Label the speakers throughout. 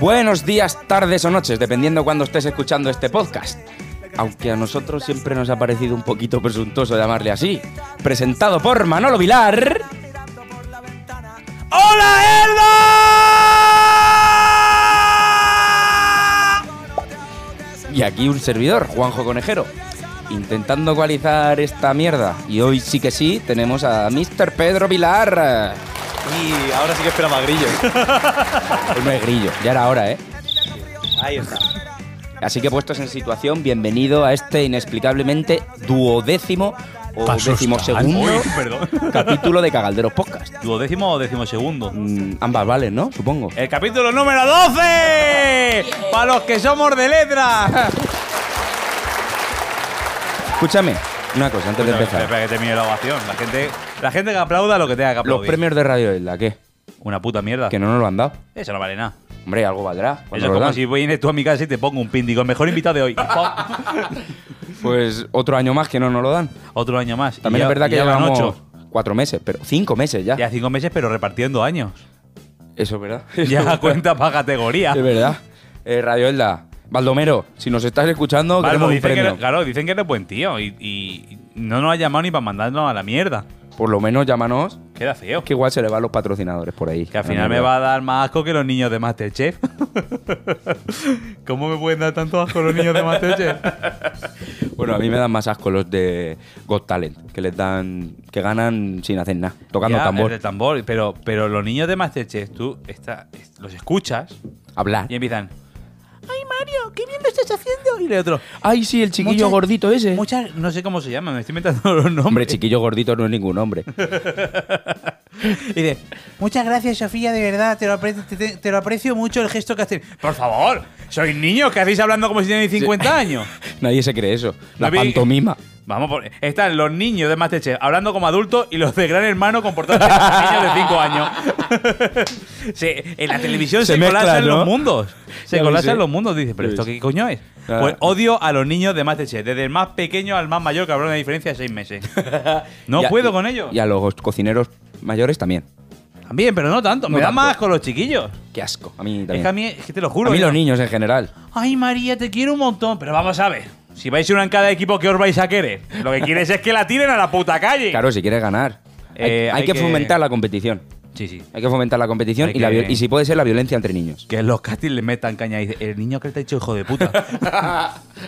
Speaker 1: Buenos días, tardes o noches, dependiendo cuando estés escuchando este podcast. Aunque a nosotros siempre nos ha parecido un poquito presuntuoso llamarle así. Presentado por Manolo Vilar. ¡Hola, Elba! Y aquí un servidor, Juanjo Conejero, intentando cualizar esta mierda. Y hoy sí que sí, tenemos a Mr. Pedro Vilar.
Speaker 2: Y ahora sí que esperaba grillo.
Speaker 1: Hoy no es grillo, ya era hora, ¿eh?
Speaker 2: Ahí está.
Speaker 1: Así que puestos en situación, bienvenido a este inexplicablemente duodécimo o
Speaker 3: Pasos
Speaker 1: decimosegundo
Speaker 2: Uy, perdón.
Speaker 1: capítulo de Cagalderos Podcast.
Speaker 2: ¿Duodécimo o decimosegundo?
Speaker 1: Mm, ambas valen, ¿no? Supongo.
Speaker 2: El capítulo número 12. Para los que somos de letra.
Speaker 1: Escúchame, una cosa antes de
Speaker 2: Espera,
Speaker 1: empezar.
Speaker 2: espera que termine la ovación. La gente, la gente que aplauda lo que tenga que
Speaker 1: Los
Speaker 2: aplaudir.
Speaker 1: premios de Radio Isla, ¿qué?
Speaker 2: Una puta mierda.
Speaker 1: Que no nos lo han dado.
Speaker 2: Eso no vale nada.
Speaker 1: Hombre, algo valdrá. cuando
Speaker 2: Eso es
Speaker 1: lo
Speaker 2: como
Speaker 1: dan.
Speaker 2: si vienes tú a mi casa y te pongo un píndico. El mejor invitado de hoy.
Speaker 1: Pues otro año más que no nos lo dan.
Speaker 2: Otro año más.
Speaker 1: También
Speaker 2: Y
Speaker 1: es
Speaker 2: ya-
Speaker 1: verdad que
Speaker 2: ya van
Speaker 1: llevamos
Speaker 2: ocho.
Speaker 1: cuatro meses, pero cinco meses ya.
Speaker 2: Ya cinco meses, pero repartiendo años.
Speaker 1: Eso es verdad.
Speaker 2: Ya cuenta para categoría.
Speaker 1: Es verdad. Eh, Radio Isla, Baldomero, si nos estás escuchando,
Speaker 2: Vale, pues
Speaker 1: queremos un
Speaker 2: dicen que
Speaker 1: premio.
Speaker 2: eres- claro, dicen que eres buen tío y, y no nos ha llamado ni para mandarnos a la mierda.
Speaker 1: Por lo menos llámanos
Speaker 2: Queda feo.
Speaker 1: que igual se le van los patrocinadores por ahí. Ah,
Speaker 2: Que al final me va a dar más asco que los niños de Masterchef. ¿Cómo me pueden dar tanto asco los niños de Masterchef?
Speaker 1: Bueno, a mí me dan más asco los de Got Talent, que les dan. que ganan sin hacer nada, tocando
Speaker 2: Ya,
Speaker 1: tambor.
Speaker 2: el tambor. Pero, pero los niños de Masterchef, tú está- es- los escuchas
Speaker 1: Hablar.
Speaker 2: y empiezan. ¡Ay, Mario! ¡Qué bien lo estás haciendo! Y le otro.
Speaker 1: Ay, sí, el chiquillo
Speaker 2: Muchas-
Speaker 1: gordito ese.
Speaker 2: Muchas, no sé cómo se llama, me estoy inventando los nombres.
Speaker 1: Hombre, chiquillo gordito no es ningún hombre.
Speaker 2: Y dice, muchas gracias, Sofía, de verdad, te lo, apre- te- te- te lo aprecio mucho el gesto que haces. Por favor, sois niños que hacéis hablando como si tenéis 50 años.
Speaker 1: Nadie se cree eso. La
Speaker 2: David-
Speaker 1: pantomima.
Speaker 2: Vamos, por, están los niños de Masterchef hablando como adultos y los de Gran Hermano comportándose como niños de 5 años. Se- en la televisión
Speaker 1: Se
Speaker 2: se,
Speaker 1: mezclan,
Speaker 2: colapsan
Speaker 1: ¿no?
Speaker 2: los mundos. Se
Speaker 1: Ya lo sé.
Speaker 2: colapsan los mundos. Dice, ¿pero
Speaker 1: Ya
Speaker 2: esto
Speaker 1: ves.
Speaker 2: qué coño es?
Speaker 1: Ah.
Speaker 2: Pues odio a los niños de Masterchef, desde el más pequeño al más mayor, que habrá una diferencia de 6 meses. No
Speaker 1: Y a-
Speaker 2: puedo con ellos.
Speaker 1: Y a los cocineros mayores también.
Speaker 2: También, pero no tanto.
Speaker 1: No
Speaker 2: Me da
Speaker 1: tanto.
Speaker 2: más con los chiquillos.
Speaker 1: Qué asco. A mí
Speaker 2: Es
Speaker 1: también.
Speaker 2: que a mí, es que te lo
Speaker 1: A
Speaker 2: juro.
Speaker 1: mí
Speaker 2: ¿eh?
Speaker 1: los niños en general.
Speaker 2: Ay, María, te quiero un montón. Pero vamos a ver. Si vais a ir en cada equipo, ¿qué os vais a querer? Lo que quieres es que la tiren a la puta calle.
Speaker 1: Claro, si quieres ganar. Hay-
Speaker 2: Eh,
Speaker 1: hay,
Speaker 2: hay
Speaker 1: que,
Speaker 2: que-
Speaker 1: fomentar la competición.
Speaker 2: Sí, sí.
Speaker 1: Hay que fomentar la competición
Speaker 2: Hay
Speaker 1: y, la
Speaker 2: que-
Speaker 1: viol- y si puede ser la violencia entre niños.
Speaker 2: Que los castings le metan caña y dice, el niño que te ha hecho hijo de puta.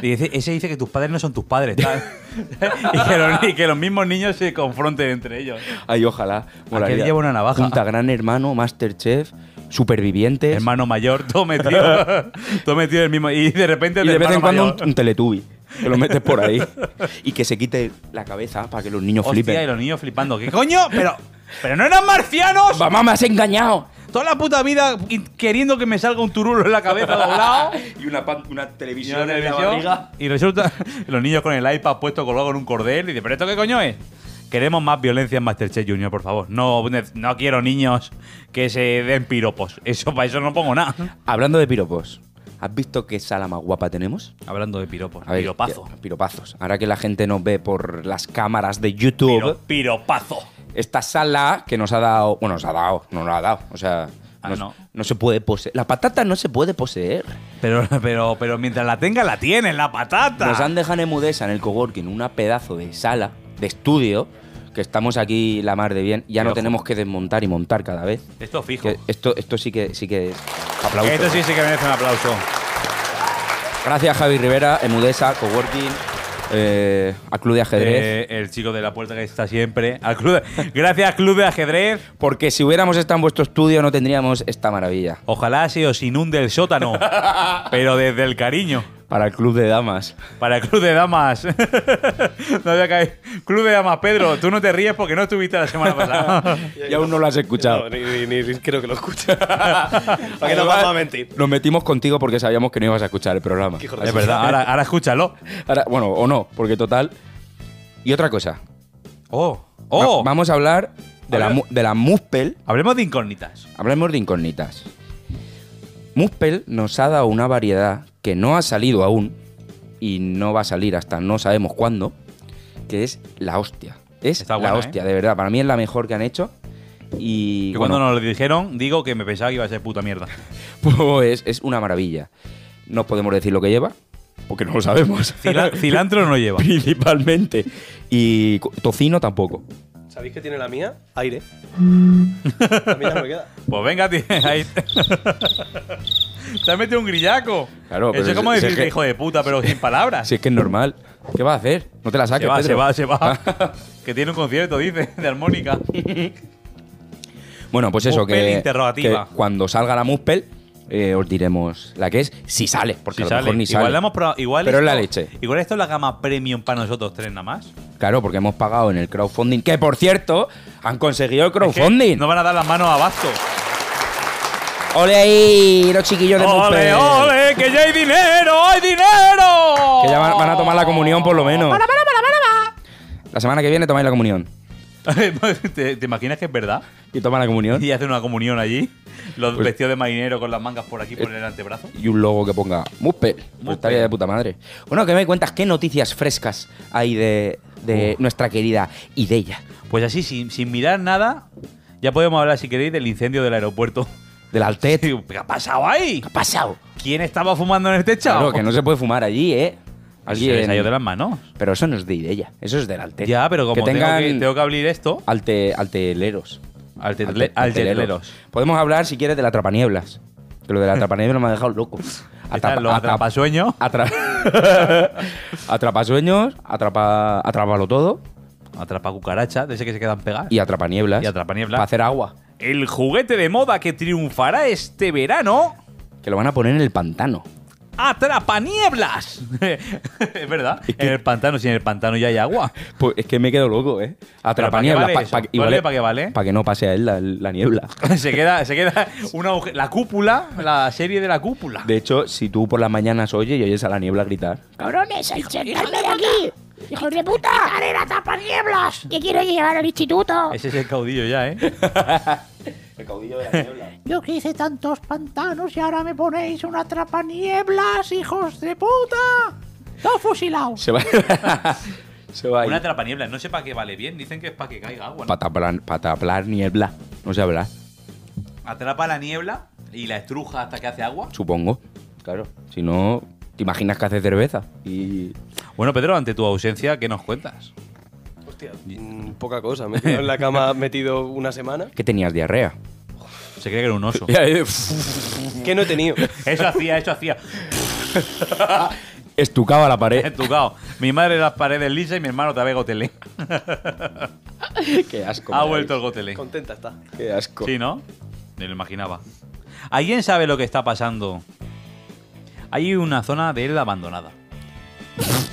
Speaker 2: y dice, ese dice que tus padres no son tus padres. tal. y, que los, y que los mismos niños se confronten entre ellos.
Speaker 1: Ay, ojalá. molaría.
Speaker 2: Aquel lleva una navaja.
Speaker 1: Junta Gran Hermano, Masterchef, Supervivientes.
Speaker 2: Hermano mayor, todo metido. todo metido en el mismo. Y de repente
Speaker 1: y
Speaker 2: el
Speaker 1: de vez en
Speaker 2: hermano
Speaker 1: cuando un,
Speaker 2: mayor.
Speaker 1: un Teletubby. Que lo metes por ahí. y que se quite la cabeza para que los niños
Speaker 2: Hostia, y
Speaker 1: flipen.
Speaker 2: los niños flipando. ¿Qué coño? Pero, pero no eran marcianos.
Speaker 1: ¡Mamá, me has engañado!
Speaker 2: Toda la puta vida in- queriendo que me salga un turulo en la cabeza doblado.
Speaker 1: Y una, pan- una
Speaker 2: Y,
Speaker 1: televisión
Speaker 2: una
Speaker 1: en la
Speaker 2: televisión.
Speaker 1: barriga.
Speaker 2: Y resulta los niños con el iPad puesto colgado con un cordel. Y dice, ¿pero esto qué coño es? Queremos más violencia en Masterchef Junior, por favor. No, ne- no quiero niños que se den piropos. Eso para eso no pongo nada.
Speaker 1: Hablando de piropos, ¿has visto qué sala más guapa tenemos?
Speaker 2: Hablando de piropos.
Speaker 1: A ver,
Speaker 2: piropazo.
Speaker 1: ya- piropazos. Ahora que la gente nos ve por las cámaras de YouTube,
Speaker 2: Piro- piropazo.
Speaker 1: esta sala que nos ha dado. Bueno, nos ha dado, no nos ha dado. O sea,
Speaker 2: Ah,
Speaker 1: nos-
Speaker 2: no.
Speaker 1: se puede poseer. La patata no se puede poseer.
Speaker 2: Pero, pero, pero mientras la tenga, la tienen, la patata.
Speaker 1: Nos han dejado en Emudesa, en el coworking, una pedazo de sala, de estudio, que estamos aquí la mar de bien. Ya no
Speaker 2: Pero,
Speaker 1: tenemos que desmontar y montar cada vez.
Speaker 2: Esto fijo.
Speaker 1: Que esto, esto sí que sí que aplauso.
Speaker 2: Esto sí, sí que merece un aplauso.
Speaker 1: Gracias Javi Rivera, Emudesa, Coworking, eh, al Club de Ajedrez.
Speaker 2: Eh, el chico de la puerta que está siempre. Al club de- gracias, Club de Ajedrez.
Speaker 1: Porque si hubiéramos estado en vuestro estudio no tendríamos esta maravilla.
Speaker 2: Ojalá se os inunde el sótano, pero desde el cariño.
Speaker 1: Para el Club de Damas.
Speaker 2: Para el Club de Damas. no había caído. Club de Damas, Pedro, tú no te ríes porque no estuviste la semana pasada.
Speaker 1: Y aún no lo has
Speaker 3: No,
Speaker 1: escuchado.
Speaker 3: ni, ni- ni creo que lo escucha. ¿Para qué nos vamos a mentir?
Speaker 1: Nos metimos contigo porque sabíamos que no ibas a escuchar el programa.
Speaker 3: Qué hijo de
Speaker 2: es verdad, ahora, ahora escúchalo.
Speaker 1: Ahora- bueno, o no, porque total. Y otra cosa.
Speaker 2: Oh, oh.
Speaker 1: Va- vamos a hablar de la,
Speaker 2: Habla-
Speaker 1: mu- de la Muspel.
Speaker 2: Hablemos de incógnitas.
Speaker 1: Hablemos de incógnitas. Muspel nos ha dado una variedad que no ha salido aún y no va a salir hasta no sabemos cuándo, que es la hostia. Es
Speaker 2: Está
Speaker 1: la
Speaker 2: buena, ¿eh?
Speaker 1: hostia, de verdad. Para mí es la mejor que han hecho. Y
Speaker 2: Que
Speaker 1: bueno,
Speaker 2: cuando nos lo dijeron, digo que me pensaba que iba a ser puta mierda.
Speaker 1: Pues es una maravilla. No podemos decir lo que lleva, porque no lo sabemos.
Speaker 2: Cila- cilantro no lleva.
Speaker 1: Principalmente. Y co- tocino tampoco.
Speaker 3: ¿Sabéis que tiene la mía? Aire. la mía no me queda.
Speaker 2: Pues venga, tío, ahí. Te has metido un grillaco.
Speaker 1: Claro, pero
Speaker 2: Eso es
Speaker 1: es-
Speaker 2: como
Speaker 1: si es
Speaker 2: decir
Speaker 1: que-
Speaker 2: hijo de puta, pero sin palabras.
Speaker 1: Si es que es normal. ¿Qué va a hacer? No te la saques,
Speaker 2: se va, se
Speaker 1: Pedro.
Speaker 2: va, se va. que tiene un concierto, dice, de armónica.
Speaker 1: Bueno, pues eso,
Speaker 2: Muspel
Speaker 1: que,
Speaker 2: interrogativa.
Speaker 1: que cuando salga la Muspel, eh, os diremos la que es, si sale, porque
Speaker 2: Si
Speaker 1: a lo
Speaker 2: sale.
Speaker 1: mejor ni sale.
Speaker 2: Igual la hemos probado- igual
Speaker 1: Pero es la
Speaker 2: esto-
Speaker 1: leche.
Speaker 2: Igual esto es la gama premium para nosotros tres nada más.
Speaker 1: Claro, porque hemos pagado en el crowdfunding, que por cierto, han conseguido el
Speaker 2: Es que
Speaker 1: crowdfunding.
Speaker 2: No van a dar las manos a Basto.
Speaker 1: ¡Ole ahí, los chiquillos de
Speaker 2: ¡Ole,
Speaker 1: Muspel!
Speaker 2: ole! ¡Que ya hay dinero! ¡Hay dinero!
Speaker 1: Que ya van, van a tomar la comunión por lo menos. La semana que viene tomáis la comunión.
Speaker 2: ¿Te, te imaginas que es verdad?
Speaker 1: Y toman la comunión.
Speaker 2: Y hacen una comunión allí. Los
Speaker 1: Pues- Eh.
Speaker 2: vestidos de marinero con las mangas por aquí, por el antebrazo.
Speaker 1: Y un logo que ponga Muspel. Pues
Speaker 2: Muspel.
Speaker 1: estaría de puta madre. Bueno, que me cuentas qué noticias frescas hay de, de nuestra querida Ideya.
Speaker 2: Pues así, sin, sin mirar nada, ya podemos hablar, si queréis, del incendio del aeropuerto.
Speaker 1: Del Altet.
Speaker 2: Tío, ¿Qué ha pasado ahí?
Speaker 1: ¿Qué ha pasado?
Speaker 2: ¿Quién estaba fumando en el techo?
Speaker 1: Claro, que no se puede fumar allí, ¿eh?
Speaker 2: Se les ha ido
Speaker 1: Alguien.
Speaker 2: de las manos.
Speaker 1: Pero eso no es de Ideya, eso es del Altet.
Speaker 2: Ya, pero como
Speaker 1: Eh, que tengan
Speaker 2: tengo, que, tengo que abrir esto,
Speaker 1: alte- alteleros.
Speaker 2: al
Speaker 1: Alte-
Speaker 2: teleleros.
Speaker 1: Podemos hablar, si quieres, de la trapanieblas. Que lo de la trapanieblas me ha dejado loco. Atrapa-
Speaker 2: Los
Speaker 1: atrapa-
Speaker 2: atrapasueños.
Speaker 1: atra- atrapasueños, atrapa, atrápalo todo
Speaker 2: Atrapa cucarachas, de ese que se quedan pegadas.
Speaker 1: y atrapanieblas.
Speaker 2: Y atrapanieblas.
Speaker 1: Para hacer agua.
Speaker 2: El juguete de moda que triunfará este verano.
Speaker 1: Que lo van a poner en el pantano.
Speaker 2: ¡Atrapanieblas! es verdad.
Speaker 1: que-
Speaker 2: En el pantano, si en el pantano ya hay agua.
Speaker 1: Pues es que me quedo loco, ¿eh? Atrapanieblas.
Speaker 2: ¿Pero para qué vale eso? ¿Vale para qué vale?
Speaker 1: Para que no pase a él la, la niebla.
Speaker 2: se queda, se queda un aguje- La cúpula, la serie de la cúpula.
Speaker 1: De hecho, si tú por las mañanas oyes y oyes a la niebla gritar,
Speaker 4: ¡Cabrones, al sacarme de aquí! ¡Hijos de puta! ¡Quitaré la tapa nieblas! ¡Que quiero llegar al instituto!
Speaker 2: Ese es el caudillo ya, ¿eh?
Speaker 4: Yo que hice tantos pantanos y ahora me ponéis una trapa nieblas, hijos de puta. Dos fusilados.
Speaker 1: se va. se va a ir.
Speaker 2: Una trapaniebla, no sé para qué vale bien. Dicen que es para que caiga agua. ¿no?
Speaker 1: Para tapar, pa' tapar niebla. No sé hablar,
Speaker 2: Atrapa la niebla y la estruja hasta que hace agua.
Speaker 1: supongo. Claro. Si no, te imaginas que hace cerveza. Y.
Speaker 2: Bueno, Pedro, ante tu ausencia, ¿qué nos cuentas?
Speaker 3: Hostia, mm, poca cosa. Me he quedado en la cama metido una semana.
Speaker 1: ¿Qué tenías diarrea?
Speaker 2: Se cree que era un oso.
Speaker 3: ¿Qué no he tenido?
Speaker 2: eso hacía, eso hacía.
Speaker 1: Estucaba la pared.
Speaker 2: Estucado. Mi madre las paredes lisas y mi hermano otra vez gotelé.
Speaker 1: Qué asco.
Speaker 2: Ha
Speaker 1: me
Speaker 2: vuelto el
Speaker 1: dais.
Speaker 2: gotelé.
Speaker 3: Contenta está.
Speaker 1: Qué asco.
Speaker 2: Sí, ¿no? Me lo imaginaba. ¿Alguien sabe lo que está pasando? Hay una zona de Elda abandonada.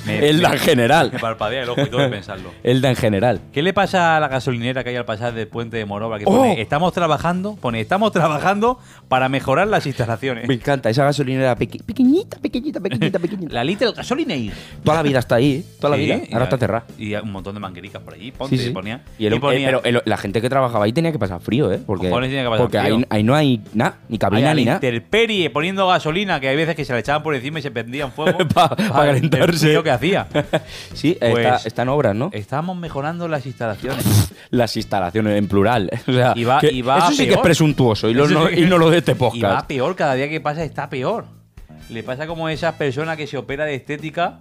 Speaker 2: Me-
Speaker 1: Elda en general.
Speaker 2: Me parpadea el ojo y todo de pensarlo.
Speaker 1: Elda en general.
Speaker 2: ¿Qué le pasa a la gasolinera que hay al pasar del puente de Morova? Que
Speaker 1: ¡Oh!
Speaker 2: pone, estamos trabajando, pone, estamos trabajando para mejorar las instalaciones.
Speaker 1: Me encanta. Esa gasolinera pequi- pequeñita, pequeñita, pequeñita, pequeñita.
Speaker 2: La Little Gasoline.
Speaker 1: Toda la vida está ahí. Toda la vida. Ahora está cerrada.
Speaker 2: Y un montón de manguericas por allí. Ponte,
Speaker 1: Sí, sí.
Speaker 2: ponía.
Speaker 1: Y el-
Speaker 2: y ponía-
Speaker 1: eh, pero el- la gente que trabajaba ahí tenía que pasar frío, ¿eh? Porque,
Speaker 2: Cojones, tenía que pasar
Speaker 1: porque
Speaker 2: frío.
Speaker 1: Ahí, ahí no hay nada, ni
Speaker 2: Ahí
Speaker 1: cabina
Speaker 2: a la
Speaker 1: ni nada.
Speaker 2: intemperie, poniendo gasolina, que hay veces que se la echaban por encima y se prendían fuego.
Speaker 1: Pa- pa
Speaker 2: Ah, el
Speaker 1: calentarse.
Speaker 2: frío que hacía.
Speaker 1: Sí, está-
Speaker 2: Pues-
Speaker 1: están obras, ¿no?
Speaker 2: Estamos mejorando las instalaciones.
Speaker 1: las instalaciones en plural. O sea,
Speaker 2: Y va-
Speaker 1: que
Speaker 2: y va
Speaker 1: eso
Speaker 2: a
Speaker 1: sí que es
Speaker 2: peor.
Speaker 1: presuntuoso y, lo-
Speaker 2: Eso
Speaker 1: no,
Speaker 2: sí que-
Speaker 1: y no lo de este
Speaker 2: y va
Speaker 1: podcast.
Speaker 2: peor, cada día que pasa está peor. Le pasa como a esas personas que se opera de estética,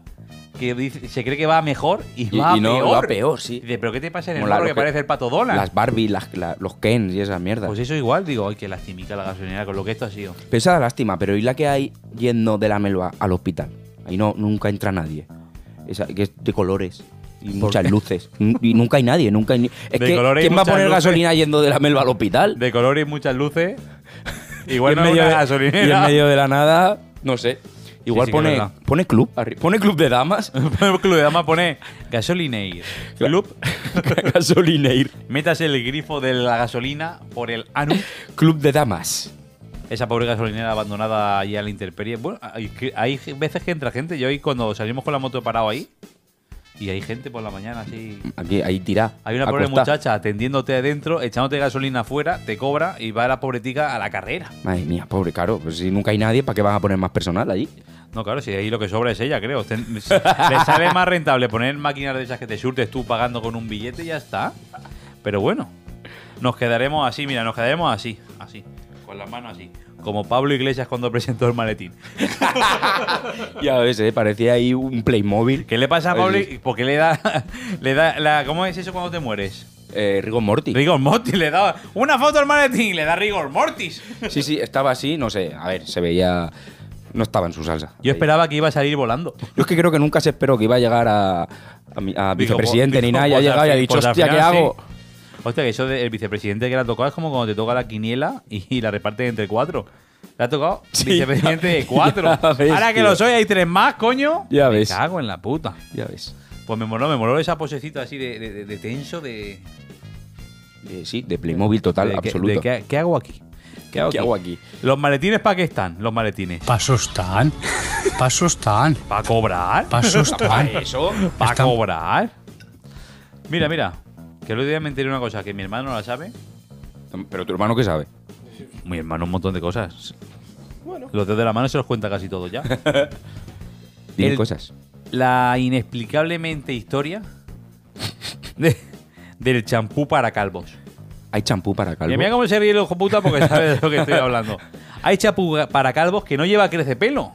Speaker 2: que dice- se cree que va mejor y
Speaker 1: Y-
Speaker 2: va
Speaker 1: y no,
Speaker 2: peor.
Speaker 1: va peor, sí.
Speaker 2: Dice, ¿pero qué te pasa en el
Speaker 1: Como la-
Speaker 2: morro
Speaker 1: lo
Speaker 2: que
Speaker 1: que-
Speaker 2: parece el pato Donald?
Speaker 1: Las Barbie, las, la- los Kens y esas mierdas.
Speaker 2: Pues eso igual, digo, ay, qué lastimica la gasolinera con lo que esto ha sido.
Speaker 1: Pero esa es la lástima, pero ¿y la que hay yendo de la Melba al hospital? Ahí no, nunca entra nadie. Esa, que es de colores y muchas luces. N- Y nunca hay nadie, nunca hay ni- Es
Speaker 2: De
Speaker 1: que,
Speaker 2: colores y
Speaker 1: ¿quién va a
Speaker 2: muchas
Speaker 1: poner
Speaker 2: luces.
Speaker 1: gasolina yendo de la Melba al hospital?
Speaker 2: De color y muchas luces. Igual
Speaker 1: Y
Speaker 2: no es una
Speaker 1: de-
Speaker 2: gasolinera.
Speaker 1: y en medio de la nada, no sé. Igual
Speaker 2: sí que es
Speaker 1: pone,
Speaker 2: verdad.
Speaker 1: pone club, arri- pone club de damas,
Speaker 2: El club de damas pone gasolineir. Club,
Speaker 1: gasolineir,
Speaker 2: metas el grifo de la gasolina por el anu.
Speaker 1: club de damas.
Speaker 2: Esa pobre gasolinera abandonada allí a la intemperie. Bueno, hay, que- hay veces que entra gente. Yo hoy cuando salimos con la moto he parado ahí y hay gente por la mañana así.
Speaker 1: Aquí, ahí tirá.
Speaker 2: Hay una pobre
Speaker 1: acostá.
Speaker 2: muchacha atendiéndote adentro, echándote gasolina afuera, te cobra y va la pobretica a la carrera.
Speaker 1: Madre mía, pobre, claro. Pues si nunca hay nadie, ¿para qué van a poner más personal allí?
Speaker 2: No, claro, si ahí lo que sobra es ella, creo. Ten- Le sale más rentable poner máquinas de esas que te surtes tú pagando con un billete y ya está. Pero bueno, nos quedaremos así, mira, nos quedaremos así, así, con las manos así. Como Pablo Iglesias cuando presentó el maletín.
Speaker 1: Ya ves, eh, parecía ahí un Playmobil.
Speaker 2: ¿Qué le pasa a Pablo?
Speaker 1: Sí,
Speaker 2: Ig- Porque le da. Le da la, ¿Cómo es eso cuando te mueres?
Speaker 1: Eh, Rigor Morty.
Speaker 2: Rigor Mortis le da. Una foto al maletín, le da Rigor Mortis.
Speaker 1: Sí, sí, estaba así, no sé. A ver, se veía. No estaba en su salsa.
Speaker 2: Yo esperaba que iba a salir volando.
Speaker 1: Yo es que creo que nunca se esperó que iba a llegar a, a, mi- a
Speaker 2: Dijo,
Speaker 1: vicepresidente
Speaker 2: dijo,
Speaker 1: ni nada. Y ha
Speaker 2: pues al
Speaker 1: llegado y ha
Speaker 2: fin-
Speaker 1: dicho,
Speaker 2: pues al
Speaker 1: hostia, ¿qué
Speaker 2: final sí".
Speaker 1: hago?
Speaker 2: Hostia, que eso del vicepresidente que le ha tocado es como cuando te toca la quiniela y, y la reparten entre cuatro. Le ha tocado
Speaker 1: Sí,
Speaker 2: vicepresidente
Speaker 1: ya-
Speaker 2: de cuatro.
Speaker 1: ya ves,
Speaker 2: Ahora que
Speaker 1: tío.
Speaker 2: lo soy, hay tres más, coño.
Speaker 1: Ya
Speaker 2: me
Speaker 1: ves.
Speaker 2: cago en la puta.
Speaker 1: Ya ves.
Speaker 2: Pues me moló, me moló esa posecita así de, de- de- de tenso, de.
Speaker 1: Eh, sí, de Playmobil total,
Speaker 2: de que-
Speaker 1: absoluto.
Speaker 2: de ¿qué, qué hago aquí? ¿Qué hago,
Speaker 1: ¿Qué
Speaker 2: aquí?
Speaker 1: hago aquí?
Speaker 2: ¿Los maletines para qué están? Los maletines.
Speaker 5: Pasos tan, pasos tan,
Speaker 2: ¿Para cobrar?
Speaker 5: pasos tan.
Speaker 1: Eso.
Speaker 2: ¿Para
Speaker 5: Están-
Speaker 2: cobrar? Mira, mira. Que el otro día me enteré una cosa que mi hermano no la sabe.
Speaker 1: Pero tu hermano, ¿qué sabe?
Speaker 2: Mi hermano un montón de cosas. Los dedos de la mano se los cuenta casi todo ya.
Speaker 1: Dime
Speaker 2: El-
Speaker 1: cosas.
Speaker 2: la inexplicablemente historia de- del champú para calvos.
Speaker 1: Hay champú para calvo.
Speaker 2: Y mira cómo se ríe el ojo puta porque sabe de lo que estoy hablando. Hay champú para calvos que no lleva crecepelo.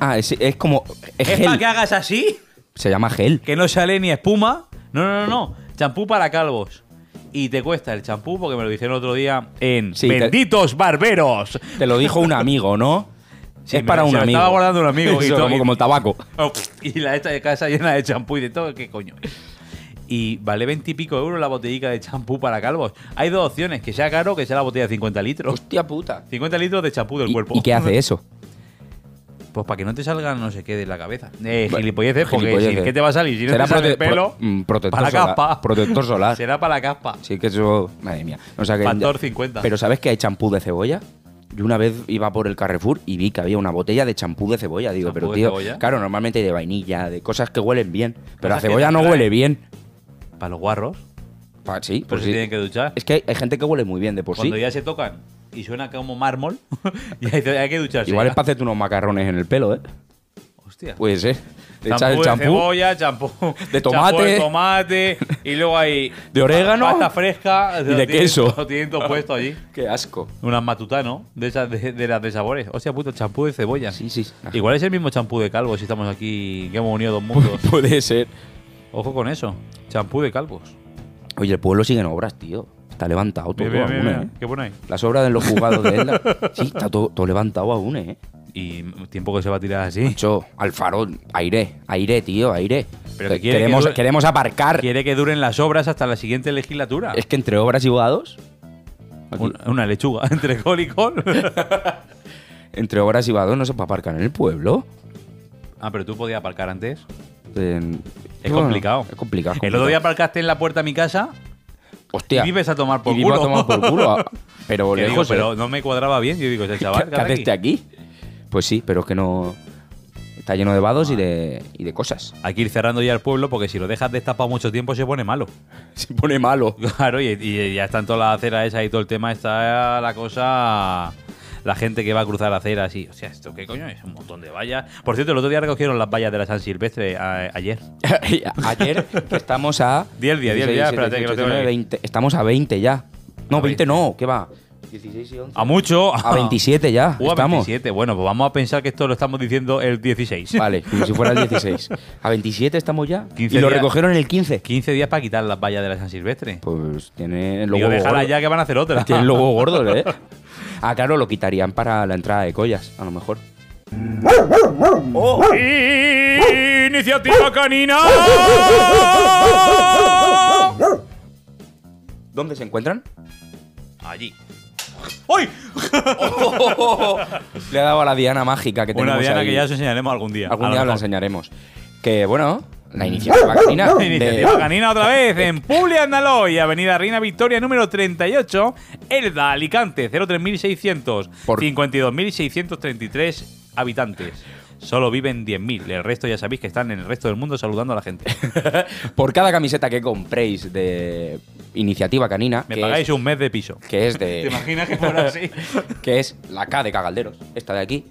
Speaker 1: Ah, es, es como. Es
Speaker 2: Es
Speaker 1: gel.
Speaker 2: para que hagas así,
Speaker 1: Se llama gel.
Speaker 2: que no sale ni espuma. No, no, no, no. Champú para calvos. Y te cuesta el champú porque me lo dijeron el otro día en
Speaker 1: Sí, te-
Speaker 2: Benditos Barberos.
Speaker 1: Te lo dijo un amigo, ¿no?
Speaker 2: Sí,
Speaker 1: es
Speaker 2: me-
Speaker 1: para
Speaker 2: se
Speaker 1: un
Speaker 2: lo
Speaker 1: amigo.
Speaker 2: estaba guardando un amigo y
Speaker 1: Eso,
Speaker 2: todo,
Speaker 1: como,
Speaker 2: y-
Speaker 1: como el tabaco.
Speaker 2: Oh, Y la esta de casa llena de champú y de todo, ¿qué coño? Y vale 20 y pico euros la botellica de champú para calvos. Hay dos opciones, que sea caro o que sea la botella de 50 litros.
Speaker 1: Hostia puta.
Speaker 2: 50 litros de champú del
Speaker 1: ¿Y,
Speaker 2: cuerpo.
Speaker 1: y qué hace eso?
Speaker 2: Pues para que no te salga no sé qué de la cabeza. Eh,
Speaker 1: Bueno,
Speaker 2: gilipolleces, porque
Speaker 1: gilipolleces.
Speaker 2: si- ¿qué te va a salir? Si no te sale
Speaker 1: prote-
Speaker 2: el pelo,
Speaker 1: pro- mm, protector
Speaker 2: para la
Speaker 1: solar.
Speaker 2: caspa.
Speaker 1: Protector solar.
Speaker 2: Será para la caspa.
Speaker 1: Sí, que eso. Madre mía. No sé qué-
Speaker 2: Factor 50.
Speaker 1: Pero ¿sabes que hay champú de cebolla? Yo una vez iba por el Carrefour y vi que había una botella de champú de cebolla. Digo,
Speaker 2: ¿Champú
Speaker 1: pero
Speaker 2: de
Speaker 1: tío,
Speaker 2: cebolla?
Speaker 1: claro, normalmente de vainilla, de cosas que huelen bien. Pero
Speaker 2: Cosas
Speaker 1: la
Speaker 2: que
Speaker 1: cebolla
Speaker 2: te
Speaker 1: no
Speaker 2: atraen.
Speaker 1: huele bien.
Speaker 2: Para los guarros,
Speaker 1: Pa- sí,
Speaker 2: por
Speaker 1: pues
Speaker 2: si
Speaker 1: sí.
Speaker 2: tienen que duchar.
Speaker 1: Es que hay, hay gente que huele muy bien de por sí.
Speaker 2: Cuando ya se tocan y suena como mármol, y hay, hay que ducharse.
Speaker 1: Igual
Speaker 2: ya.
Speaker 1: es para hacerte unos macarrones en el pelo, ¿eh?
Speaker 2: Hostia.
Speaker 1: Puede ser. Te
Speaker 2: Champú
Speaker 1: echas el
Speaker 2: de
Speaker 1: champú.
Speaker 2: cebolla, champú
Speaker 1: De
Speaker 2: champú de
Speaker 1: tomate.
Speaker 2: tomate y luego hay
Speaker 1: De orégano.
Speaker 2: pasta fresca
Speaker 1: Y de queso.
Speaker 2: Lo tienen todo puesto allí.
Speaker 1: Qué asco.
Speaker 2: Unas matutanos de esas de, de las de sabores. O sea, puto champú de cebolla.
Speaker 1: Sí, sí. Ah,
Speaker 2: Igual es el mismo champú de calvos si estamos aquí que hemos unido dos mundos.
Speaker 1: Puede ser.
Speaker 2: Ojo con eso. Champú de calvos.
Speaker 1: Oye, el pueblo sigue en obras, tío. Está levantado todo
Speaker 2: Mira, mira,
Speaker 1: aún,
Speaker 2: mira,
Speaker 1: ¿eh?
Speaker 2: mira. ¿Qué pone ahí?
Speaker 1: Las obras de los juzgados de Elda. Sí, está todo, todo levantado aún, ¿eh?
Speaker 2: Y tiempo que se va a tirar así.
Speaker 1: Yo, al farol, aire, aire, tío, aire.
Speaker 2: Pero que
Speaker 1: Que-
Speaker 2: quiere que
Speaker 1: queremos,
Speaker 2: dure-
Speaker 1: queremos aparcar.
Speaker 2: Quiere que duren las obras hasta la siguiente legislatura.
Speaker 1: Es que entre obras y bodados. Eh, aquí,
Speaker 2: Un- una lechuga entre col y col.
Speaker 1: Entre obras y bodados no se puede aparcar en el pueblo.
Speaker 2: ah, pero tú podías aparcar antes.
Speaker 1: En-
Speaker 2: Es
Speaker 1: bueno,
Speaker 2: complicado.
Speaker 1: Es complicado. es
Speaker 2: El otro día
Speaker 1: complicado.
Speaker 2: aparcaste en la puerta de mi casa
Speaker 1: Hostia.
Speaker 2: y vives a tomar por
Speaker 1: y vivo
Speaker 2: culo.
Speaker 1: a tomar por culo, a- pero
Speaker 2: Que digo,
Speaker 1: lejos. ¿eh?
Speaker 2: pero no me cuadraba bien. Yo digo, ese chaval,
Speaker 1: ¿Qué, qué haces
Speaker 2: aquí?
Speaker 1: aquí? Pues sí, pero es que no. Está lleno de vados y de, y de cosas.
Speaker 2: Hay que ir cerrando ya el pueblo porque si lo dejas destapado mucho tiempo se pone malo.
Speaker 1: Se pone malo.
Speaker 2: Claro, y, y ya están todas las aceras esas y todo el tema. Está la cosa. La gente que va a cruzar aceras y. O sea, ¿esto qué coño es? Un montón de vallas. Por cierto, el otro día recogieron las vallas de la San Silvestre a- ayer.
Speaker 1: Ayer que estamos a.
Speaker 2: Diez días, diez
Speaker 1: 16,
Speaker 2: días, espérate,
Speaker 1: 17,
Speaker 2: que lo tengo aquí.
Speaker 1: 20. Estamos a 20 ya. No,
Speaker 2: A
Speaker 1: 20 no, ¿qué va? 16 y 11.
Speaker 2: A mucho.
Speaker 1: A 27 ya.
Speaker 2: Uh, a
Speaker 1: estamos.
Speaker 2: 27. Bueno, pues vamos a pensar que esto lo estamos diciendo el 16.
Speaker 1: Vale, como si fuera el 16. A 27 estamos ya.
Speaker 2: 15
Speaker 1: y lo
Speaker 2: días.
Speaker 1: recogieron el 15.
Speaker 2: 15 días para quitar las vallas de la San Silvestre.
Speaker 1: Pues tienen
Speaker 2: Digo,
Speaker 1: logo gordo.
Speaker 2: déjala ya que van a hacer otra.
Speaker 1: Tienen logo gordo, ¿eh? Ah, claro, lo quitarían para la entrada de collas, a lo mejor.
Speaker 2: ¡Oh!
Speaker 1: ¡Oh!
Speaker 2: ¡Iniciativa canina!
Speaker 1: ¿Dónde se encuentran?
Speaker 2: Allí. ¡Uy!
Speaker 1: Le ha dado a la diana mágica que tenemos
Speaker 2: Una diana
Speaker 1: ahí.
Speaker 2: que ya os enseñaremos algún día. A
Speaker 1: Algún
Speaker 2: lo
Speaker 1: día la
Speaker 2: mejor.
Speaker 1: enseñaremos. Que bueno, la iniciativa canina. de-
Speaker 2: Iniciativa canina otra vez en Puglia Andaloy, Avenida Reina Victoria número 38, Elda, Alicante, 03600,
Speaker 1: Por-
Speaker 2: 52633 habitantes. Solo viven 10.000, el resto ya sabéis que están en el resto del mundo saludando a la gente.
Speaker 1: Por cada camiseta que compréis de iniciativa canina,
Speaker 2: Me
Speaker 1: que
Speaker 2: pagáis
Speaker 1: es,
Speaker 2: un mes de piso.
Speaker 1: que es de.
Speaker 2: imaginas que fuera así?
Speaker 1: que es la K de Cagalderos, esta de aquí,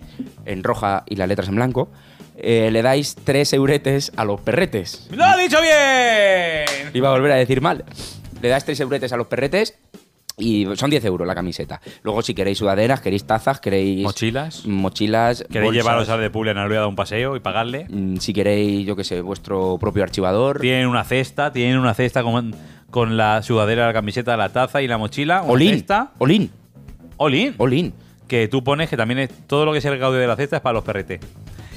Speaker 1: en roja y las letras en blanco, eh, le dais tres euretes a los perretes.
Speaker 2: ¡Lo ha dicho bien!
Speaker 1: Iba a volver a decir mal. Le das tres euretes a los perretes Y son 10 euros la camiseta. Luego, si queréis sudaderas, queréis tazas, queréis.
Speaker 2: Mochilas.
Speaker 1: Mochilas.
Speaker 2: ¿Queréis
Speaker 1: bolsas,
Speaker 2: llevaros a de Publian a dar un paseo y pagarle?
Speaker 1: mm, Si queréis, yo qué sé, vuestro propio archivador.
Speaker 2: Tienen una cesta, tienen una cesta con, con la sudadera, la camiseta, la taza y la mochila. Una
Speaker 1: Olin.
Speaker 2: cesta.
Speaker 1: Olin.
Speaker 2: Olin.
Speaker 1: Olin.
Speaker 2: Que tú pones que también es todo lo que es el gaudio de la cesta es para los perretes.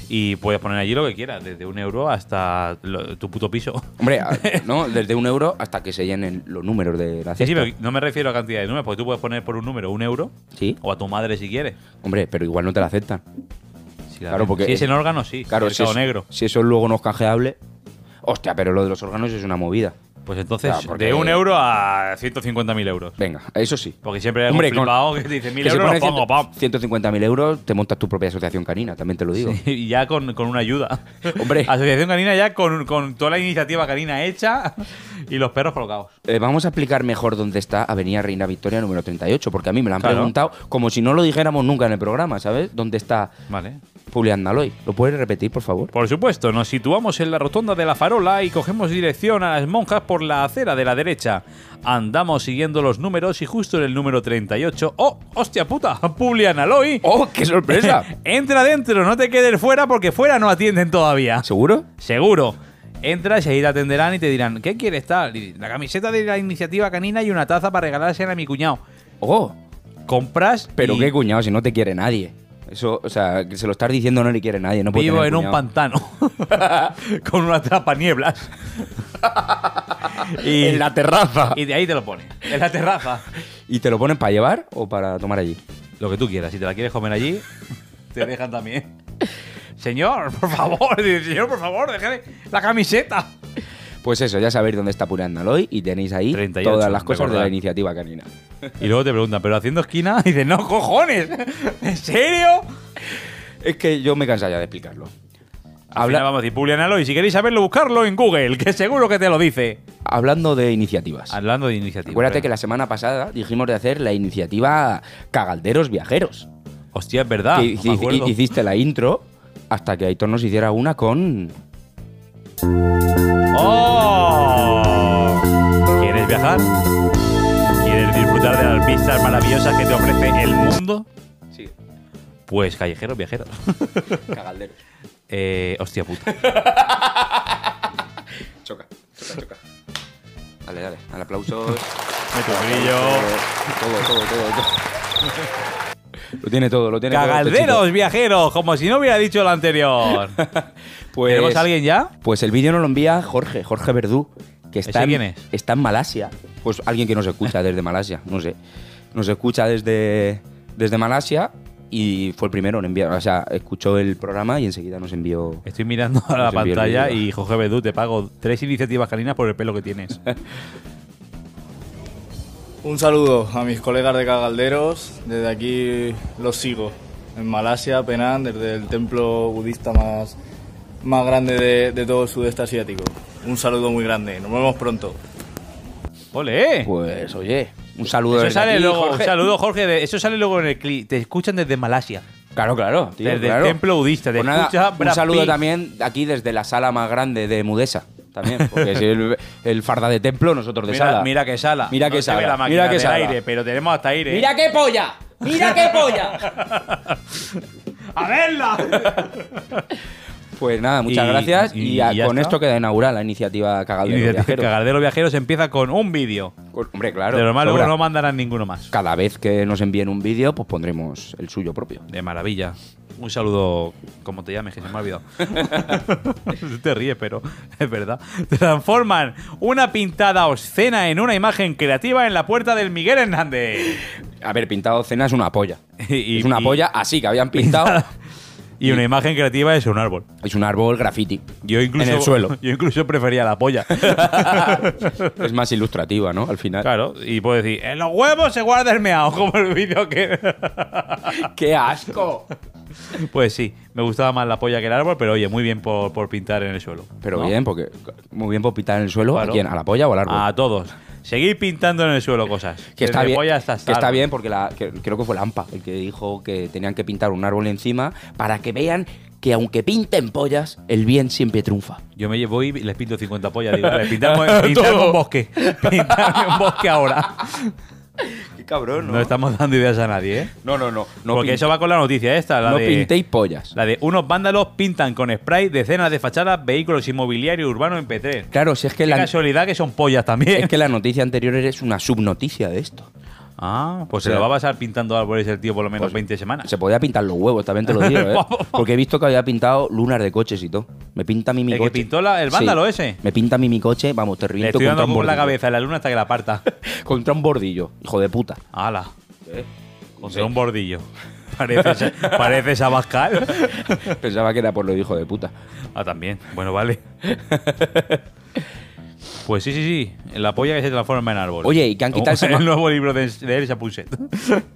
Speaker 2: Y puedes poner allí lo que quieras, desde un euro hasta lo- tu puto piso.
Speaker 1: Hombre, a- ¿no? Desde un euro hasta que se llenen los números de la
Speaker 2: Sí, sí,
Speaker 1: cesta.
Speaker 2: pero no me refiero a cantidad de números, porque tú puedes poner por un número un euro
Speaker 1: Sí.
Speaker 2: o a tu madre si quieres.
Speaker 1: Hombre, pero igual no te la aceptan.
Speaker 2: Si la-
Speaker 1: Claro, porque-
Speaker 2: si es en órgano, sí.
Speaker 1: Claro, si
Speaker 2: mercado
Speaker 1: eso,
Speaker 2: negro.
Speaker 1: si eso luego no es canjeable. Hostia, pero lo de los órganos es una movida.
Speaker 2: Pues entonces,
Speaker 1: Claro, porque-
Speaker 2: de un euro a 150.000 euros.
Speaker 1: Venga, eso sí.
Speaker 2: Porque siempre hay
Speaker 1: Hombre,
Speaker 2: un
Speaker 1: con-
Speaker 2: flipado que te dice 1.000
Speaker 1: Que si
Speaker 2: euros, los
Speaker 1: pones
Speaker 2: pongo, pam.
Speaker 1: 150.000 euros, te montas tu propia asociación canina, también te lo digo.
Speaker 2: Y ya con, con una ayuda.
Speaker 1: Hombre.
Speaker 2: Asociación Canina ya con, con toda la iniciativa canina hecha y los perros colocados.
Speaker 1: Eh, vamos a explicar mejor dónde está Avenida Reina Victoria número 38, porque a mí me lo han
Speaker 2: Claro.
Speaker 1: preguntado como si no lo dijéramos nunca en el programa, ¿sabes? ¿Dónde está
Speaker 2: Vale.
Speaker 1: Julián Naloy? ¿Lo puedes repetir, por favor?
Speaker 2: Por supuesto, nos situamos en la rotonda de la farola y cogemos dirección a las monjas por la acera de la derecha. Andamos siguiendo los números y justo en el número 38. ¡Oh, hostia puta! Publian Aloy.
Speaker 1: ¡Oh, qué sorpresa!
Speaker 2: Entra dentro, no te quedes fuera porque fuera no atienden todavía.
Speaker 1: ¿Seguro?
Speaker 2: Seguro. Entras y ahí te atenderán y te dirán, ¿qué quieres tal? Y La camiseta de la iniciativa canina y una taza para regalársela a mi cuñado.
Speaker 1: ¡Oh!
Speaker 2: Compras
Speaker 1: Pero
Speaker 2: y
Speaker 1: qué cuñado, si no te quiere nadie. Eso, o sea, que se lo estás diciendo no le quiere nadie. No puede
Speaker 2: vivo
Speaker 1: tener
Speaker 2: en un
Speaker 1: cuñado.
Speaker 2: pantano con una trapa nieblas. y,
Speaker 1: En la terraza.
Speaker 2: y de ahí te lo pones, en la terraza.
Speaker 1: ¿Y te lo ponen para llevar o para tomar allí?
Speaker 2: Lo que tú quieras, si te la quieres comer allí, te dejan también. Señor, por favor, dice, señor, por favor, déjale la camiseta.
Speaker 1: Pues eso, ya sabéis dónde está Purián Naloy y tenéis ahí
Speaker 2: 38,
Speaker 1: todas las cosas de
Speaker 2: recordad.
Speaker 1: la iniciativa canina.
Speaker 2: Y luego te preguntan, ¿pero haciendo esquina? Y dices, no, cojones, ¿en serio?
Speaker 1: Es que yo me cansa ya de explicarlo.
Speaker 2: Habla...
Speaker 1: Habla-
Speaker 2: vamos a decir, Publianalo, y si queréis saberlo, buscarlo en Google, que seguro que te lo dice.
Speaker 1: hablando de iniciativas.
Speaker 2: Hablando de iniciativa. eh.
Speaker 1: Acuérdate
Speaker 2: venga.
Speaker 1: que la semana pasada dijimos de hacer la iniciativa Cagalderos Viajeros.
Speaker 2: Hostia, es verdad.
Speaker 1: que
Speaker 2: no
Speaker 1: hici-
Speaker 2: Ah, me acuerdo.
Speaker 1: hiciste la intro hasta que Aitor nos hiciera una con.
Speaker 2: ¡Oh! ¿Quieres viajar? ¿Quieres disfrutar de las vistas maravillosas que te ofrece el mundo?
Speaker 1: Sí,
Speaker 2: Pues callejeros, viajeros.
Speaker 1: Cagalderos.
Speaker 2: eh, hostia puta.
Speaker 1: Choca, choca, choca. Dale, dale. Al aplausos.
Speaker 2: Metrobrillo.
Speaker 1: Todo, todo, todo, Lo tiene todo, lo
Speaker 2: este
Speaker 1: tiene todo. este
Speaker 2: ¡Cagalderos, viajeros! Como si no hubiera dicho lo anterior.
Speaker 1: este chico.
Speaker 2: ¿Tenemos
Speaker 1: Pues,
Speaker 2: a alguien ya?
Speaker 1: pues el vídeo nos lo envía Jorge, Jorge Verdú, que
Speaker 2: ¿Ese
Speaker 1: está, en,
Speaker 2: quién es?
Speaker 1: está en Malasia. Pues alguien que nos escucha desde Malasia, no sé. Nos escucha desde, desde Malasia y fue el primero en enviar. O sea, escuchó el programa y enseguida nos envió.
Speaker 2: Estoy mirando a la
Speaker 1: Nos envió el
Speaker 2: pantalla
Speaker 1: vídeo.
Speaker 2: y Jorge Bedú, te pago tres iniciativas caninas por el pelo que tienes.
Speaker 6: Un saludo a mis colegas de Cagalderos, desde aquí los sigo. En Malasia, Penang, desde el templo budista más, más grande de, de todo el sudeste asiático. Un saludo muy grande, nos vemos pronto.
Speaker 2: ¡Ole!
Speaker 1: Pues oye, un saludo
Speaker 2: Eso
Speaker 1: desde
Speaker 2: sale
Speaker 1: aquí,
Speaker 2: luego,
Speaker 1: Jorge.
Speaker 2: un saludo Jorge, de- eso sale luego en el clip, te escuchan desde Malasia.
Speaker 1: Claro, claro. tío,
Speaker 2: Desde el
Speaker 1: claro.
Speaker 2: templo budista, te
Speaker 1: Pues nada,
Speaker 2: escucha Brad
Speaker 1: un saludo
Speaker 2: Pitt.
Speaker 1: también aquí desde la sala más grande de Mudesa. También, porque es el, el farda de templo, nosotros de
Speaker 2: Mira,
Speaker 1: sala.
Speaker 2: mira que sala.
Speaker 1: Mira que
Speaker 2: No se ve
Speaker 1: sala,
Speaker 2: la máquina
Speaker 1: mira que
Speaker 2: del
Speaker 1: sala.
Speaker 2: aire, pero tenemos hasta aire. ¿eh?
Speaker 1: qué polla! ¡Mira qué polla!
Speaker 2: ¡A verla!
Speaker 1: Pues nada, muchas
Speaker 2: Y-
Speaker 1: gracias. Y,
Speaker 2: y-
Speaker 1: a-
Speaker 2: y ya
Speaker 1: con
Speaker 2: está.
Speaker 1: esto queda inaugurada la iniciativa Cagadero Viajero.
Speaker 2: Cagardero Viajeros empieza con un vídeo.
Speaker 1: Pues, Hombre, claro.
Speaker 2: de lo malo
Speaker 1: sobra.
Speaker 2: no mandarán ninguno más.
Speaker 1: Cada vez que nos envíen un vídeo, pues pondremos el suyo propio.
Speaker 2: De maravilla. Un saludo, como te llames, que se me ha olvidado. te ríes, pero es verdad. Transforman una pintada obscena en una imagen creativa en la puerta del Miguel Hernández.
Speaker 1: A ver, pintado cena es una polla.
Speaker 2: Y-
Speaker 1: es una
Speaker 2: y-
Speaker 1: polla así que habían pintado.
Speaker 2: Y una imagen creativa es un árbol.
Speaker 1: es un árbol graffiti.
Speaker 2: Yo incluso,
Speaker 1: En el suelo.
Speaker 2: Yo incluso prefería la polla.
Speaker 1: es más ilustrativa, ¿no? Al final.
Speaker 2: claro, y puedo decir, en los huevos se guarda el meao, como el vídeo que...
Speaker 1: ¡Qué asco!
Speaker 2: pues sí, me gustaba más la polla que el árbol, pero oye, muy bien por, por pintar en el suelo.
Speaker 1: Pero
Speaker 2: ¿no?
Speaker 1: bien, porque muy bien por pitar en el suelo.
Speaker 2: Claro.
Speaker 1: ¿A quién? ¿A la polla o al árbol?
Speaker 2: A todos. Seguir pintando en el suelo cosas.
Speaker 1: que está
Speaker 2: Desde
Speaker 1: bien,
Speaker 2: polla hasta
Speaker 1: que está
Speaker 2: sal.
Speaker 1: bien porque la, que- creo que fue Lampa el que dijo que tenían que pintar un árbol encima para que vean que aunque pinten pollas, el bien siempre triunfa.
Speaker 2: Yo me llevo y les pinto 50 pollas. Digo, vale, pintarme, pintarme un bosque. Pintarme un bosque ahora.
Speaker 1: Qué cabrón, ¿no?
Speaker 2: No, estamos dando ideas a nadie, ¿eh?
Speaker 1: no, no, no. No,
Speaker 2: Porque
Speaker 1: pin-
Speaker 2: eso va con la noticia esta, la
Speaker 1: no
Speaker 2: de...
Speaker 1: pintéis pollas.
Speaker 2: La de unos vándalos pintan con spray decenas de fachadas, vehículos inmobiliarios urbanos en P3.
Speaker 1: Claro, si es que
Speaker 2: Qué
Speaker 1: la,
Speaker 2: casualidad que son pollas también.
Speaker 1: es que la noticia anterior es una subnoticia de esto.
Speaker 2: Ah,
Speaker 1: O
Speaker 2: pues se
Speaker 1: sea- Pues
Speaker 2: lo va a pasar pintando árboles el tío por lo menos 20 semanas.
Speaker 1: Se podía pintar los huevos, también te lo digo, ¿eh?
Speaker 2: Guapo.
Speaker 1: Porque he visto que había pintado lunas de coches y todo. Me pinta a mí mi
Speaker 2: ¿El que
Speaker 1: coche.
Speaker 2: pintó la- el vándalo ese?
Speaker 1: Me pinta a mí mi coche, vamos, te
Speaker 2: Le
Speaker 1: reviento
Speaker 2: estoy
Speaker 1: contra
Speaker 2: dando
Speaker 1: un
Speaker 2: con la
Speaker 1: bordillo.
Speaker 2: cabeza de la luna hasta que la aparta.
Speaker 1: Contra un bordillo, hijo de puta.
Speaker 2: ¡Hala! Contra un bordillo. Pareces, pareces Abascal.
Speaker 1: Pensaba que era por lo de hijo de puta.
Speaker 2: Ah, también. Bueno, vale. Pues sí, sí, sí. La polla que se transforma en árbol.
Speaker 1: Oye, ¿y que han quitado el
Speaker 2: el
Speaker 1: sema-
Speaker 2: nuevo libro de, de Elsa Puset.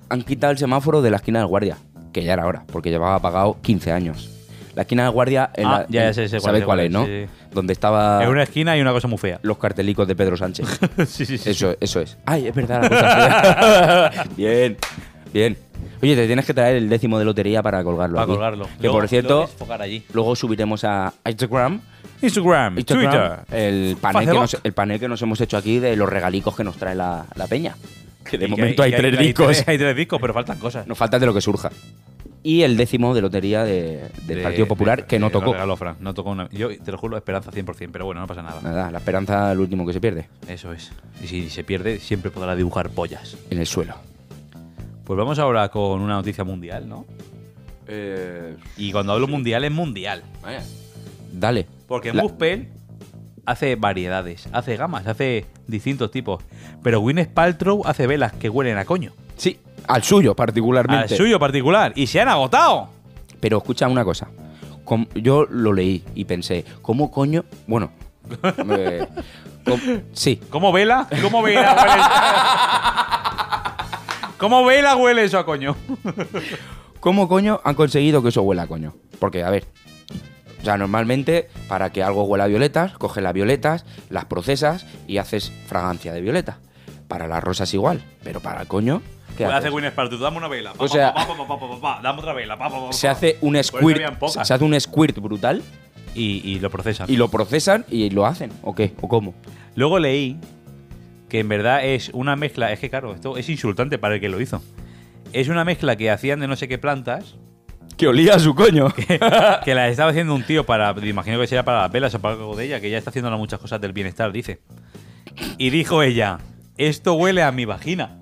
Speaker 1: Han quitado el semáforo de la esquina del guardia, que ya era hora, porque llevaba apagado 15 años. La esquina del guardia, en
Speaker 2: Ah,
Speaker 1: la-
Speaker 2: ya,
Speaker 1: en-
Speaker 2: ya sé, sé cuál,
Speaker 1: ¿sabes
Speaker 2: sé
Speaker 1: cuál
Speaker 2: cuál
Speaker 1: es,
Speaker 2: es,
Speaker 1: no?
Speaker 2: sí,
Speaker 1: Donde estaba
Speaker 2: En una esquina hay una cosa muy fea.
Speaker 1: los cartelicos de Pedro Sánchez.
Speaker 2: sí, sí, sí.
Speaker 1: Eso, eso es. Ay, es verdad. la cosa fea. bien, bien. Oye, te tienes que traer el décimo de lotería para colgarlo.
Speaker 2: Para
Speaker 1: aquí.
Speaker 2: colgarlo.
Speaker 1: Que
Speaker 2: Luego-
Speaker 1: por cierto,
Speaker 2: luego desfogar allí.
Speaker 1: luego subiremos a Instagram,
Speaker 2: Instagram,
Speaker 1: Instagram,
Speaker 2: Mm. Twitter.
Speaker 1: el, panel que
Speaker 2: Facebook.
Speaker 1: nos, el panel que nos hemos hecho aquí de los regalicos que nos trae la, la peña. Que de
Speaker 2: Y
Speaker 1: momento hay,
Speaker 2: y
Speaker 1: tres discos.
Speaker 2: tres- Hay tres discos, pero faltan cosas.
Speaker 1: Nos falta de lo que surja. Y el décimo de lotería de- del
Speaker 2: De-
Speaker 1: Partido Popular
Speaker 2: de-
Speaker 1: que no
Speaker 2: de- lo
Speaker 1: tocó.
Speaker 2: regaló Fran, no tocó una- Yo te lo juro, esperanza 100%, pero bueno, no pasa nada.
Speaker 1: Nada, la esperanza el último que se pierde
Speaker 2: Eso es. Y si se pierde, siempre podrá dibujar pollas.
Speaker 1: en el suelo.
Speaker 2: Pues vamos ahora con una noticia mundial, ¿no? Y cuando hablo mundial, es mundial.
Speaker 1: Dale.
Speaker 2: Porque
Speaker 1: La-
Speaker 2: Muspel hace variedades, hace gamas, hace distintos tipos. Pero Gwyneth Paltrow hace velas que huelen a coño.
Speaker 1: Sí, al suyo particularmente.
Speaker 2: Al suyo particular. Y se han agotado.
Speaker 1: Pero escucha una cosa. Com- Yo lo leí y pensé, ¿cómo coño? Bueno. eh, com- sí.
Speaker 2: ¿Cómo vela? ¿Cómo vela huele? ¿Cómo vela huele eso a coño?
Speaker 1: ¿Cómo coño han conseguido que eso huela a coño? Porque, a ver. O sea, normalmente, para que algo huela a violetas, coges las violetas, las procesas y haces fragancia de violeta. Para las rosas igual, pero para el coño. ¿qué
Speaker 2: Pues hace
Speaker 1: haces?
Speaker 2: Gwyneth Paltrow, dame una vela. Pa,
Speaker 1: O
Speaker 2: pa,
Speaker 1: sea-
Speaker 2: pa, pa, pa, pa, pa, pa, dame otra vela. pa, pa, pa, pa.
Speaker 1: Se hace un
Speaker 2: Por eso
Speaker 1: squirt.
Speaker 2: habían pocas.
Speaker 1: Se hace un squirt brutal
Speaker 2: y, y lo procesan.
Speaker 1: y lo procesan y lo hacen. ¿O qué? ¿O cómo?
Speaker 2: Luego leí que en verdad es una mezcla. Es que, claro, esto es insultante para el que lo hizo. Es una mezcla que hacían de no sé qué plantas.
Speaker 1: Que olía a su coño.
Speaker 2: que la estaba haciendo un tío para. Imagino que será para las velas o para algo de ella, que ya está haciendo ahora muchas cosas del bienestar, dice. Y dijo ella: Esto huele a mi vagina.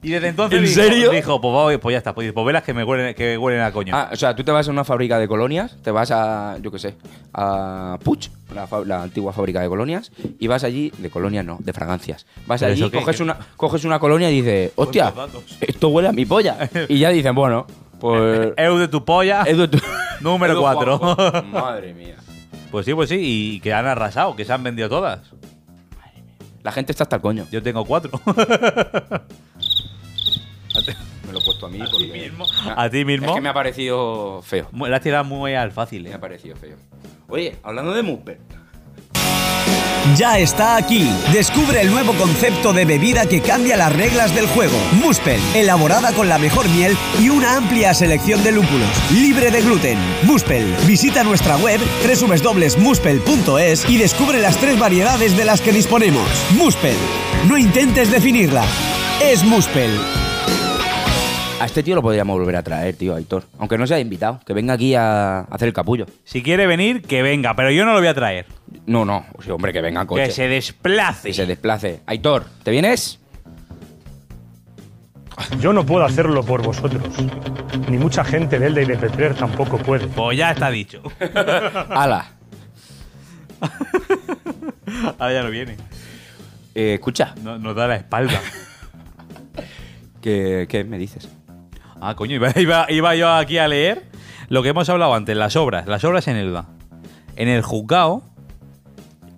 Speaker 2: Y desde entonces
Speaker 1: ¿En
Speaker 2: dijo,
Speaker 1: serio?
Speaker 2: dijo, pues, va- pues ya está, pues, pues velas que me huelen, que huelen a coño.
Speaker 1: Ah, o sea, tú te vas a una fábrica de colonias, te vas a, yo qué sé, a Puch, la, fa- la antigua fábrica de colonias, y vas allí, de colonias no, de fragancias. Vas
Speaker 2: ¿Pero
Speaker 1: allí,
Speaker 2: eso qué?
Speaker 1: coges una, coges una colonia y dices, hostia,
Speaker 2: Buenos datos.
Speaker 1: esto huele a mi polla. Y ya dicen, bueno, pues...
Speaker 2: Eu de tu polla,
Speaker 1: Edu, tú-
Speaker 2: número
Speaker 1: Edu
Speaker 2: 4.
Speaker 1: Juanjo. Madre mía.
Speaker 2: Pues sí, pues sí, y que han arrasado, que se han vendido todas.
Speaker 1: La gente está hasta el coño.
Speaker 2: Yo tengo cuatro.
Speaker 1: Me lo he puesto a mí. porque-
Speaker 2: ¿A ti mismo?
Speaker 1: Es que me ha parecido feo.
Speaker 2: Mu- La has tirado muy al fácil,
Speaker 1: Me
Speaker 2: eh.
Speaker 1: ha parecido feo. Oye, hablando de Musper.
Speaker 7: Ya está aquí. Descubre el nuevo concepto de bebida que cambia las reglas del juego. Muspel, elaborada con la mejor miel y una amplia selección de lúpulos. Libre de gluten. Muspel. Visita nuestra web www.muspel.es y descubre las tres variedades de las que disponemos. Muspel. No intentes definirla. Es Muspel.
Speaker 1: A este tío lo podríamos volver a traer, tío, Aitor. Aunque no sea invitado, que venga aquí a hacer el capullo.
Speaker 2: Si quiere venir, que venga, pero yo no lo voy a traer.
Speaker 1: No, no, sí, hombre, que venga en coche.
Speaker 2: Que se desplace.
Speaker 1: Y se desplace. Aitor, ¿te vienes?
Speaker 8: Yo no puedo hacerlo por vosotros. Ni mucha gente de Elda y de Petrer tampoco puede.
Speaker 2: Pues ya está dicho.
Speaker 1: ¡Hala!
Speaker 2: Ahora Ah, ya no viene.
Speaker 1: Eh, escucha.
Speaker 2: No- nos da la espalda.
Speaker 1: ¿Qué, qué me dices?
Speaker 2: ah, coño, iba, iba- iba yo aquí a leer lo que hemos hablado antes, las obras, las obras en Elba. En el juzgado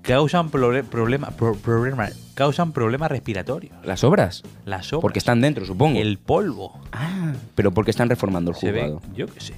Speaker 2: causan proble- problema- pro- problema- causan problemas respiratorios.
Speaker 1: ¿Las obras?
Speaker 2: Las obras.
Speaker 1: Porque están dentro, supongo.
Speaker 2: el polvo.
Speaker 1: Ah, pero porque están reformando el
Speaker 2: Se ve,
Speaker 1: juzgado.
Speaker 2: yo qué sé.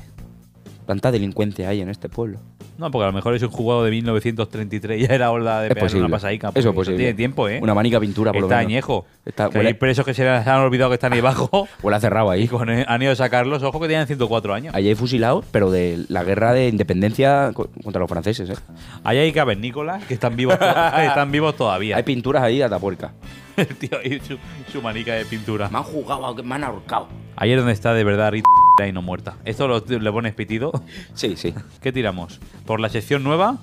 Speaker 1: Tanta delincuencia hay en este pueblo.
Speaker 2: No, porque a lo mejor es un jugado de 1933 y ya era ola de
Speaker 1: Es
Speaker 2: pegarle
Speaker 1: posible.
Speaker 2: una pasadica.
Speaker 1: Eso es
Speaker 2: porque
Speaker 1: posible.
Speaker 2: Tiene tiempo, ¿eh?
Speaker 1: Una manica pintura, por lo
Speaker 2: Está
Speaker 1: menos.
Speaker 2: añejo.
Speaker 1: Está-
Speaker 2: Que
Speaker 1: huele-
Speaker 2: hay presos que se les han olvidado que están ahí abajo
Speaker 1: Huele a cerrado
Speaker 2: y
Speaker 1: ahí.
Speaker 2: con- eh, han ido a sacarlos. Ojo que tienen 104 años.
Speaker 1: Allí hay fusilados, pero de la guerra de independencia co- contra los franceses, ¿eh?
Speaker 2: Ahí hay cavernícolas que están vivos, to- están vivos todavía.
Speaker 1: Hay pinturas ahí de Atapuerca.
Speaker 2: El tío ahí, su, su manica de pintura.
Speaker 1: Me han jugado, me han ahorcado.
Speaker 2: Ahí es donde está de verdad Rita y no muerta. Esto lo- le pones pitido.
Speaker 1: Sí, sí.
Speaker 2: ¿Qué tiramos? ¿Por la sección nueva?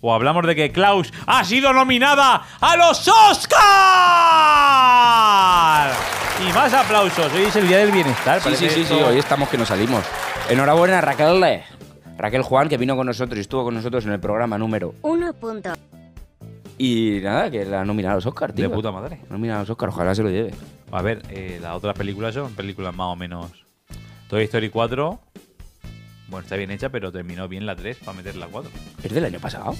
Speaker 2: ¿O hablamos de que Klaus ha sido nominada a los Oscars? Y más aplausos. Hoy es el Día del Bienestar.
Speaker 1: Sí, sí,
Speaker 2: parece
Speaker 1: sí, sí,
Speaker 2: esto-
Speaker 1: hoy estamos que nos salimos. Enhorabuena, Raquel. Raquel Juan, que vino con nosotros y estuvo con nosotros en el programa número.
Speaker 9: Uno punto.
Speaker 1: Y nada, que la han nominado a los Oscar, tío.
Speaker 2: De puta madre.
Speaker 1: Nominado a los Oscar, ojalá se lo lleve.
Speaker 2: A ver, eh, las otras películas son películas más o menos. Toy Story 4. Bueno, está bien hecha, pero terminó bien la 3 para meter la 4.
Speaker 1: ¿Es del año pasado?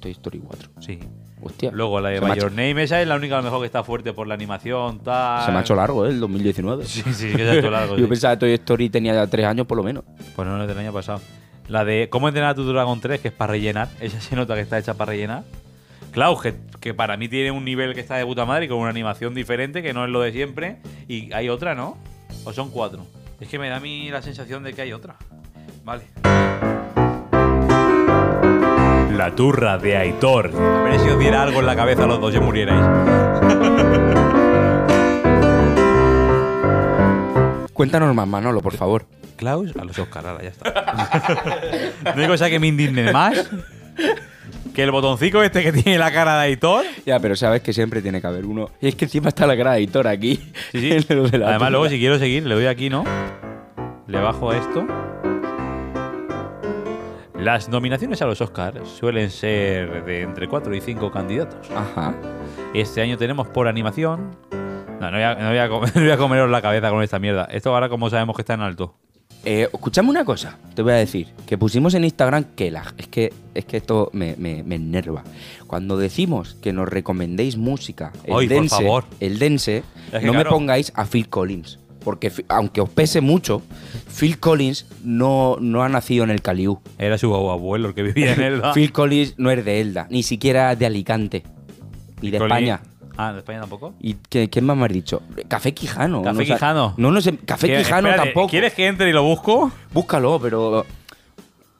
Speaker 1: Toy Story 4.
Speaker 2: Sí.
Speaker 1: Hostia.
Speaker 2: Luego la de
Speaker 1: se me ha
Speaker 2: By Your Name, esa es la única a lo mejor que está fuerte por la animación,
Speaker 1: hecho-
Speaker 2: tal.
Speaker 1: Se me ha hecho largo, ¿eh? El 2019.
Speaker 2: Sí, sí, que se ha hecho largo.
Speaker 1: Yo
Speaker 2: sí.
Speaker 1: pensaba que Toy Story tenía ya tres años por lo menos.
Speaker 2: Pues no, no es del año pasado. La de ¿Cómo entrenar a tu Dragon 3? Que es para rellenar. Esa se nota que está hecha para rellenar. Klaus, que, que para mí tiene un nivel que está de puta madre y con una animación diferente que no es lo de siempre. Y hay otra, ¿no? ¿O son cuatro? Es que me da a mí la sensación de que hay otra. Vale. La turra de Aitor. A ver si os diera algo en la cabeza a los dos y murierais.
Speaker 1: Cuéntanos más, Manolo, por favor.
Speaker 2: Klaus a los Oscar, ahora ya está. no hay cosa que me indigne más que el botoncito este que tiene la cara de Aitor.
Speaker 1: Ya, pero sabes que siempre tiene que haber uno. Y es que encima está la cara de editor aquí.
Speaker 2: Sí, sí.
Speaker 1: en lo de la
Speaker 2: Además, luego
Speaker 1: tumba.
Speaker 2: si quiero seguir, le doy aquí, ¿no? Le bajo a esto. Las nominaciones a los Oscar suelen ser de entre 4 y 5 candidatos.
Speaker 1: Ajá.
Speaker 2: Este año tenemos por animación. No, no voy, a, no voy a com- no voy a comeros la cabeza con esta mierda. Esto ahora, como sabemos que está en alto.
Speaker 1: Eh, escuchame una cosa, te voy a decir, que pusimos en Instagram que la, es que es que esto me, me- me enerva. Cuando decimos que nos recomendéis música, el
Speaker 2: Ay, por
Speaker 1: dense,
Speaker 2: favor.
Speaker 1: el dense,
Speaker 2: que
Speaker 1: no me
Speaker 2: claro.
Speaker 1: pongáis a Phil Collins, porque fi- aunque os pese mucho, Phil Collins no, no ha nacido en el Caliú.
Speaker 2: Era su abuelo el que vivía en el.
Speaker 1: Phil Collins no es de Elda, ni siquiera de Alicante, ni de España.
Speaker 2: Ah, de España tampoco.
Speaker 1: ¿Y qué, quién más me has dicho? Café Quijano.
Speaker 2: Café
Speaker 1: no, o sea,
Speaker 2: Quijano.
Speaker 1: No, no sé, Café
Speaker 2: Que-
Speaker 1: Quijano
Speaker 2: espérate,
Speaker 1: tampoco.
Speaker 2: ¿Quieres que entre y lo busco?
Speaker 1: Búscalo, pero.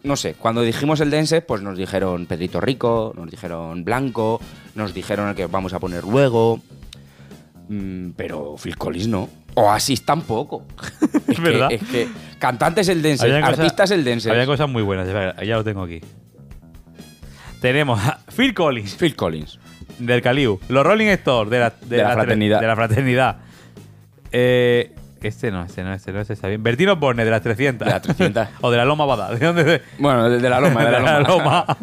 Speaker 1: No sé, cuando dijimos el dense, pues nos dijeron Pedrito Rico, nos dijeron Blanco, nos dijeron el que vamos a poner luego. Mm, pero Phil Collins no. Oasis tampoco. es que-
Speaker 2: ¿Verdad?
Speaker 1: es que cantantes el dense,
Speaker 2: Habían cosas-
Speaker 1: artistas el dense.
Speaker 2: Había cosas muy buenas. espera, Ya lo tengo aquí. Tenemos a Phil Collins,
Speaker 1: Phil Collins.
Speaker 2: del Caliu. Los Rolling Stones, de la,
Speaker 1: De la fraternidad.
Speaker 2: De la fraternidad. Eh, este no, este no, este no, este está bien. Bertino Borne, de las 300.
Speaker 1: De las 300.
Speaker 2: o de la Loma Bada. ¿De dónde? De,
Speaker 1: Bueno, de, de la loma, de la loma.
Speaker 2: Loma.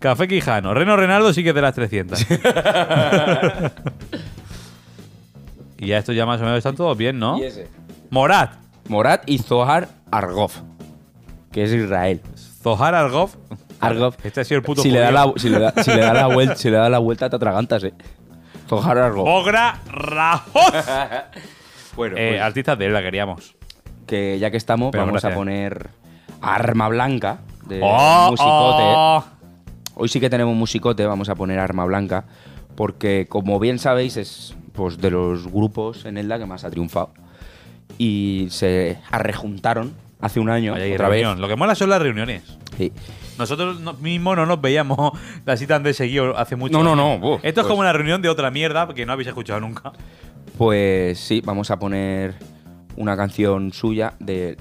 Speaker 2: Café Quijano. Reno Renaldo sí que es de las 300. y ya esto ya más o menos están todos bien, ¿no?
Speaker 1: Y ese.
Speaker 2: Morat.
Speaker 1: Morat y Zohar Argov, que es Israel.
Speaker 2: Zohar Argov.
Speaker 1: Argov.
Speaker 2: Este ha sido el puto
Speaker 1: si le, da
Speaker 2: judío.
Speaker 1: la, si, le da, si le da la vuelta, si le da la vuelta te atragantas, eh. Zohar Argov.
Speaker 2: Ogra Rajoz.
Speaker 1: bueno,
Speaker 2: Eh,
Speaker 1: pues-
Speaker 2: artistas de él la queríamos.
Speaker 1: que ya que estamos,
Speaker 2: Pero
Speaker 1: vamos
Speaker 2: gracias.
Speaker 1: a poner Arma Blanca de
Speaker 2: Oh,
Speaker 1: eh, Musicote.
Speaker 2: oh.
Speaker 1: Hoy sí que tenemos Musicote, vamos a poner Arma Blanca, porque como bien sabéis, es pues, de los grupos en Elda que más ha triunfado. Y se arrejuntaron hace un año,
Speaker 2: Vaya, qué
Speaker 1: otra vez.
Speaker 2: reunión. Lo que mola son las reuniones.
Speaker 1: Sí.
Speaker 2: Nosotros no- mismos no nos veíamos así tan de seguido hace mucho.
Speaker 1: No, no, no, buh,
Speaker 2: Esto es
Speaker 1: pues-
Speaker 2: como una reunión de otra mierda que no habéis escuchado nunca.
Speaker 1: Pues sí, vamos a poner una canción suya de.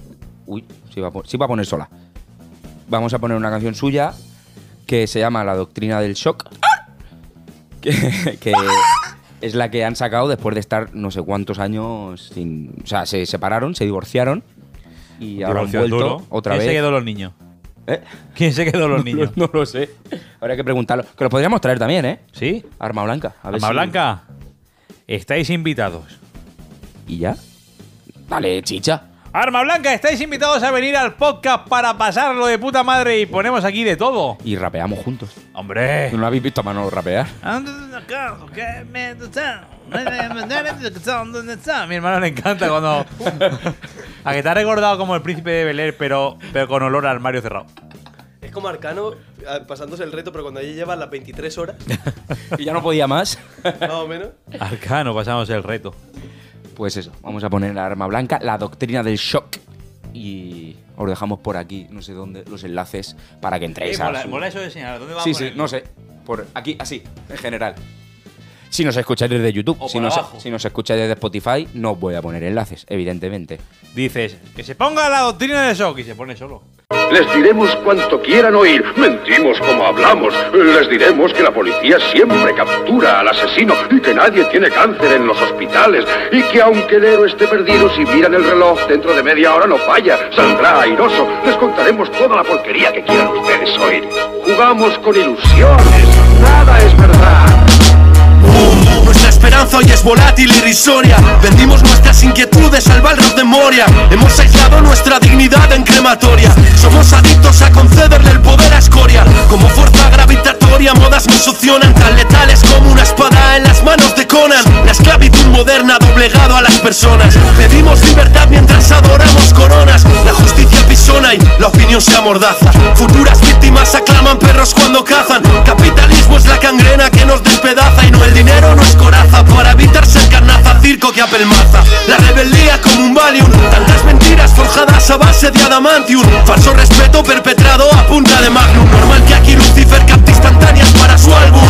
Speaker 1: Uy, sí va, a po- sí va a poner sola. Vamos a poner una canción suya que se llama La Doctrina del Shock. Que, que es la que han sacado después de estar no sé cuántos años sin. O sea, se separaron, se divorciaron. Y ahora han
Speaker 2: Divorcio
Speaker 1: vuelto
Speaker 2: duro.
Speaker 1: otra
Speaker 2: ¿Quién
Speaker 1: vez.
Speaker 2: se quedó los niños?
Speaker 1: ¿Eh?
Speaker 2: ¿Quién se quedó los niños?
Speaker 1: No lo sé. Habrá que preguntarlo. Que lo podríamos traer también, ¿eh?
Speaker 2: ¿Sí?
Speaker 1: Arma Blanca. A ver
Speaker 2: Alma
Speaker 1: si-
Speaker 2: Blanca, estáis invitados.
Speaker 1: Y ya. Dale, chicha.
Speaker 2: Arma Blanca, estáis invitados a venir al podcast para pasarlo de puta madre y ponemos aquí de todo.
Speaker 1: Y rapeamos juntos.
Speaker 2: Hombre.
Speaker 1: ¿No habéis visto a Manolo rapear?
Speaker 2: Mi hermano le encanta cuando. A que te ha recordado como el príncipe de Bel Air, pero, pero con olor a armario cerrado.
Speaker 3: Es como Arcano ah, pasándose el reto, pero cuando ya lleva las 23 horas,
Speaker 1: Y ya no podía más.
Speaker 3: más o menos.
Speaker 2: Arcano, pasamos el reto.
Speaker 1: Pues eso, vamos a poner la arma blanca, la doctrina del shock. Y os dejamos por aquí, no sé dónde, los enlaces para que entréis a su-
Speaker 2: eso de señalar. ¿Dónde
Speaker 1: Sí, sí, no sé. Por aquí, así, en general. Si nos escucháis desde YouTube,
Speaker 2: O
Speaker 1: si
Speaker 2: por
Speaker 1: nos,
Speaker 2: abajo.
Speaker 1: si nos escucháis desde Spotify, no os voy a poner enlaces, evidentemente.
Speaker 2: Dices, que se ponga la doctrina de shock y se pone solo.
Speaker 9: Les diremos cuanto quieran oír, mentimos como hablamos, les diremos que la policía siempre captura al asesino y que nadie tiene cáncer en los hospitales y que aunque el héroe esté perdido, si miran el reloj dentro de media hora no falla, saldrá airoso, les contaremos toda la porquería que quieran ustedes oír. Jugamos con ilusiones, nada es verdad.
Speaker 10: Nuestra esperanza hoy es volátil, irrisoria. Vendimos nuestras inquietudes al valor de Moria. Hemos aislado nuestra dignidad en crematoria. Somos adictos a concederle el poder a escoria. Como fuerza gravitatoria, modas me succionan tan letales como una espada en las manos de Conan. La esclavitud moderna ha doblegado a las personas. Pedimos libertad mientras adoramos coronas. La justicia pisona y la opinión se amordaza. Futuras víctimas aclaman perros cuando cazan. Capitalismo es la cangrena que nos despedaza y no el dinero no es coraza para evitar ser carnaza, circo que apelmaza. La rebeldía como un valium, tantas mentiras forjadas a base de adamantium. Falso respeto perpetrado a punta de magnum. Normal que aquí Lucifer capte instantáneas para su álbum.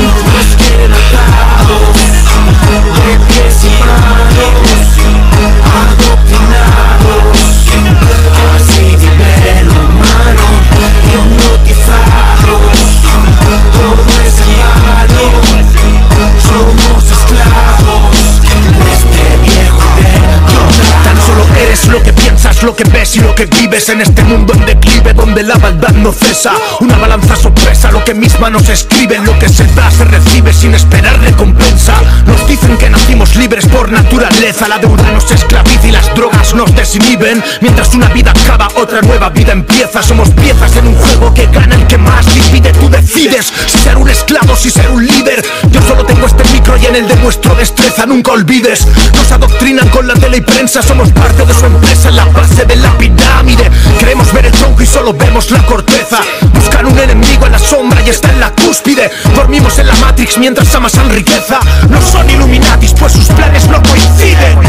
Speaker 10: Tan solo eres lo que piensas, lo que ves y lo que vives en este mundo en declive donde la maldad no cesa. Una balanza sorpresa, lo que mis manos escriben, lo que se da se recibe sin esperar recompensa. Nos dicen que nacimos libres por naturaleza, la deuda nos esclaviza y las drogas nos desinhiben. Mientras una vida acaba, otra nueva vida empieza. Somos piezas en un juego que gana el que más divide. Tú decides si ser un esclavo, si ser un líder. Yo solo tengo este micro y en el de nuestro destreza nunca olvides. Nos adoctrinan con la tele y prensa, somos parte de su empresa, la base de la pirámide. Queremos ver el tronco y solo vemos la corteza. Buscan un enemigo en la sombra y está en la cúspide. Dormimos en la Matrix mientras amasan riqueza. No son Illuminatis, pues sus planes no coinciden.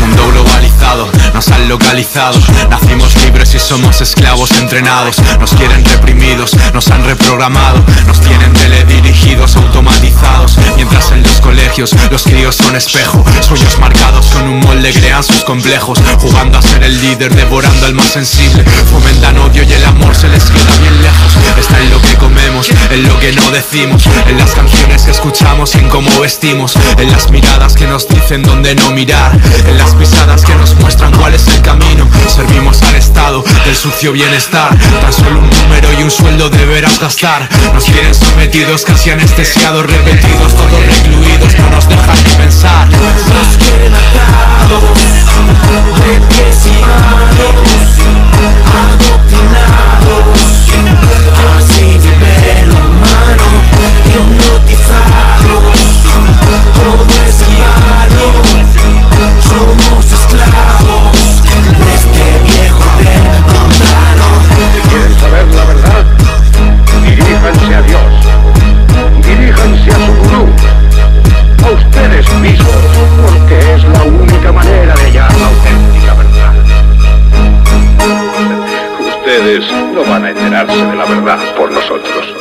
Speaker 9: mundo globalizado, nos han localizado. Nacimos libres y somos esclavos entrenados. Nos quieren reprimidos, nos han reprogramado. Nos tienen teledirigidos, automatizados. Mientras en los colegios los críos son espejo. Sueños marcados con un molde crean sus complejos. Jugando a ser el líder, devorando al más sensible. Fomentan odio y el amor se les queda bien lejos. Está en lo que comemos, en lo que no decimos. En las canciones que escuchamos y en cómo vestimos. En las miradas que nos dicen dónde no mirar. En las pisadas que nos muestran cuál es el camino. Servimos al Estado del sucio bienestar. Tan solo un número y un sueldo deberás gastar. Nos quieren sometidos, casi anestesiados, repetidos, todos recluidos. No nos dejan ni pensar. quieren saber la verdad, diríjanse a Dios, diríjanse a su gurú, a ustedes mismos, porque es la única manera de hallar la auténtica verdad. Ustedes no van a enterarse de la verdad por nosotros.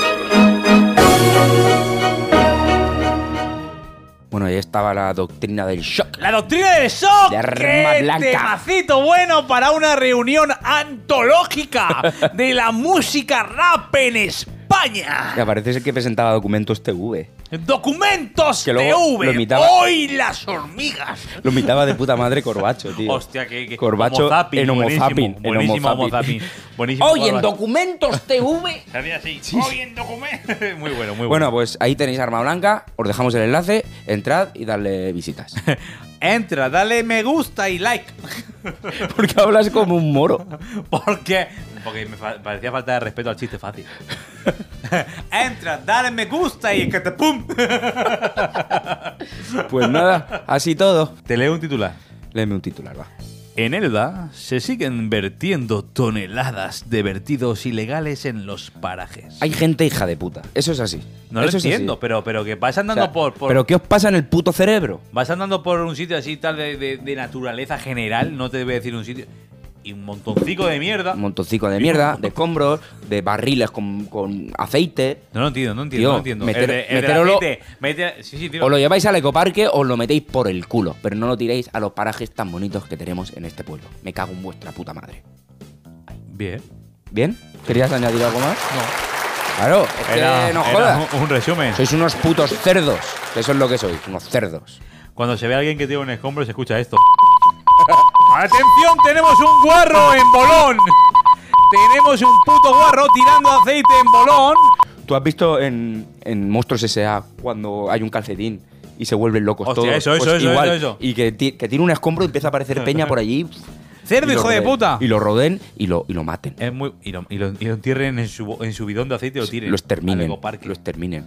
Speaker 1: Bueno, ahí estaba la doctrina del shock.
Speaker 2: La doctrina del shock.
Speaker 1: De arma
Speaker 2: ¡Qué
Speaker 1: blanca!
Speaker 2: temacito bueno para una reunión antológica de la música rap en España.
Speaker 1: Que parece ser que presentaba documentos TV.
Speaker 2: Documentos
Speaker 1: Que luego lo
Speaker 2: TV.
Speaker 1: imitaba-
Speaker 2: Hoy las hormigas.
Speaker 1: Lo imitaba de puta madre Corbacho, tío.
Speaker 2: Hostia, que, que
Speaker 1: Corbacho
Speaker 2: Homo zapping,
Speaker 1: en Homo
Speaker 2: buenísimo,
Speaker 1: zapping, en
Speaker 2: Buenísimo
Speaker 1: Homo
Speaker 2: Homo
Speaker 1: zapping.
Speaker 2: zapping. Buenísimo.
Speaker 1: Hoy en
Speaker 2: Corbacho.
Speaker 1: documentos TV.
Speaker 2: Sabía así. Hoy en documentos. muy bueno, muy bueno.
Speaker 1: Bueno, pues ahí tenéis Arma Blanca, os dejamos el enlace, entrad y darle visitas.
Speaker 2: Entra, dale me gusta y like.
Speaker 1: Porque hablas como un moro.
Speaker 2: Porque, porque me fa- parecía falta de respeto al chiste fácil. Entra, dale me gusta y que te pum.
Speaker 1: Pues nada, así todo.
Speaker 2: Te leo un titular.
Speaker 1: Léeme un titular, va.
Speaker 2: En Elda se siguen vertiendo toneladas de vertidos ilegales en los parajes.
Speaker 1: Hay gente hija de puta. Eso es así.
Speaker 2: No lo
Speaker 1: Eso es así.
Speaker 2: entiendo, pero, pero que vas
Speaker 1: O
Speaker 2: andando
Speaker 1: sea,
Speaker 2: por, por-
Speaker 1: ¿Pero qué os pasa en el puto cerebro?
Speaker 2: Vas andando por un sitio así tal de, de- de naturaleza general, no te voy a decir un sitio. Y un montoncico de mierda.
Speaker 1: Un montoncico de mierda, de escombros, de barriles con, con aceite.
Speaker 2: No lo entiendo, no entiendo,
Speaker 1: Tío,
Speaker 2: no entiendo.
Speaker 1: meter-
Speaker 2: el de, el de la
Speaker 1: meterolo-
Speaker 2: gente, mete- sí, sí, tío.
Speaker 1: O lo lleváis al ecoparque o lo metéis por el culo, pero no lo tiréis a los parajes tan bonitos que tenemos en este pueblo. Me cago en vuestra puta madre.
Speaker 2: Bien.
Speaker 1: ¿Bien? ¿Querías añadir algo más? No. Claro, es que
Speaker 2: Era-
Speaker 1: no
Speaker 2: era
Speaker 1: jodas.
Speaker 2: un- un resumen.
Speaker 1: Sois unos putos cerdos. que Eso es lo que sois, unos cerdos.
Speaker 2: Cuando se ve a alguien que tiene un escombro se escucha esto. ¡Atención! ¡Tenemos un guarro en bolón! Tenemos un puto guarro tirando aceite en bolón.
Speaker 1: ¿Tú has visto en, en Monstruos S.A. cuando hay un calcetín y se vuelven locos
Speaker 2: Hostia,
Speaker 1: todos? Pues
Speaker 2: eso, eso, eso, eso, eso.
Speaker 1: Y que, ti- que tiene un escombro y empieza a aparecer peña por allí.
Speaker 2: ¡Cerdo,
Speaker 1: y lo
Speaker 2: hijo de
Speaker 1: rodeen-
Speaker 2: puta!
Speaker 1: Y lo roden y lo, y lo maten.
Speaker 2: Es muy, y, lo, y lo- y lo entierren en su, en su bidón de aceite y lo tiren.
Speaker 1: Lo exterminen.
Speaker 2: al ecoparque.
Speaker 1: Lo exterminen.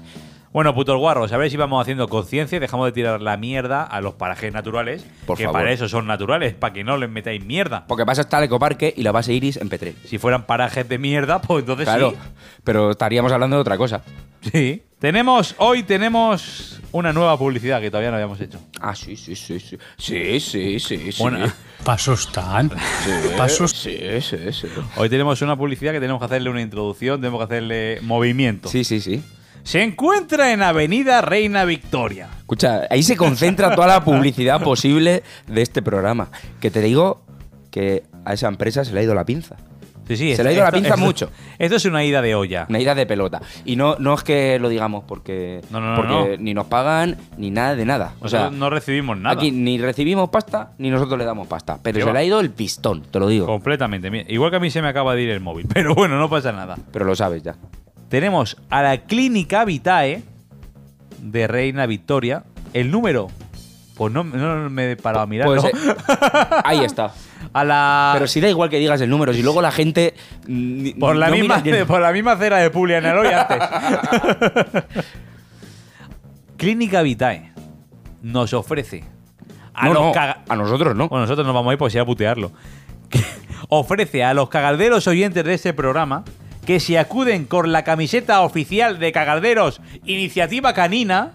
Speaker 2: Bueno, putos guarros, a ver si vamos haciendo conciencia y dejamos de tirar la mierda a los parajes naturales.
Speaker 1: Por
Speaker 2: que
Speaker 1: favor.
Speaker 2: para eso son naturales, para que no les metáis mierda.
Speaker 1: Porque vas hasta el ecoparque y la base Iris en Petrel.
Speaker 2: Si fueran parajes de mierda, pues entonces
Speaker 1: Claro,
Speaker 2: Ah, sí.
Speaker 1: pero estaríamos hablando de otra cosa.
Speaker 2: Sí. Tenemos, hoy tenemos una nueva publicidad que todavía no habíamos hecho.
Speaker 1: Ah, sí, sí, sí, sí. Sí, sí, sí, sí.
Speaker 2: Bueno,
Speaker 5: Pasos tan. Pasos.
Speaker 1: Sí, sí, sí.
Speaker 2: hoy tenemos una publicidad que tenemos que hacerle una introducción, tenemos que hacerle movimiento.
Speaker 1: Sí, sí, sí.
Speaker 2: Se encuentra en Avenida Reina Victoria.
Speaker 1: Escucha, ahí se concentra toda la publicidad posible de este programa. Que te digo que a esa empresa se le ha ido la pinza.
Speaker 2: Sí, sí.
Speaker 1: Se le ha ido la pinza
Speaker 2: esto-
Speaker 1: mucho.
Speaker 2: Esto es una ida de olla.
Speaker 1: Una ida de pelota. Y no, no es que lo digamos porque,
Speaker 2: No, no, no,
Speaker 1: porque
Speaker 2: no.
Speaker 1: ni nos pagan ni nada de nada. O sea,
Speaker 2: no recibimos nada.
Speaker 1: aquí ni recibimos pasta ni nosotros le damos pasta. Pero
Speaker 2: ¿Qué
Speaker 1: se
Speaker 2: va?
Speaker 1: le ha ido el pistón, te lo digo.
Speaker 2: Completamente. Mira, Igual que a mí se me acaba de ir el móvil, pero bueno, no pasa nada.
Speaker 1: Pero lo sabes ya.
Speaker 2: Tenemos a la Clínica Vitae de Reina Victoria. El número. Pues no, no me he parado a mirarlo.
Speaker 1: Pues, eh, ahí está.
Speaker 2: a la.
Speaker 1: Pero si da igual que digas el número, si luego la gente. ni-
Speaker 2: por, la
Speaker 1: no mira
Speaker 2: misma,
Speaker 1: quién-
Speaker 2: por la misma acera de Puglia en el hoy antes. Clínica Vitae nos ofrece a
Speaker 1: Ah, No,
Speaker 2: los
Speaker 1: no,
Speaker 2: caga-
Speaker 1: a nosotros no.
Speaker 2: Bueno, nosotros nos vamos a ir por si a putearlo. Que ofrece a los cagarderos oyentes de este programa que si acuden con la camiseta oficial de Cagarderos Iniciativa Canina,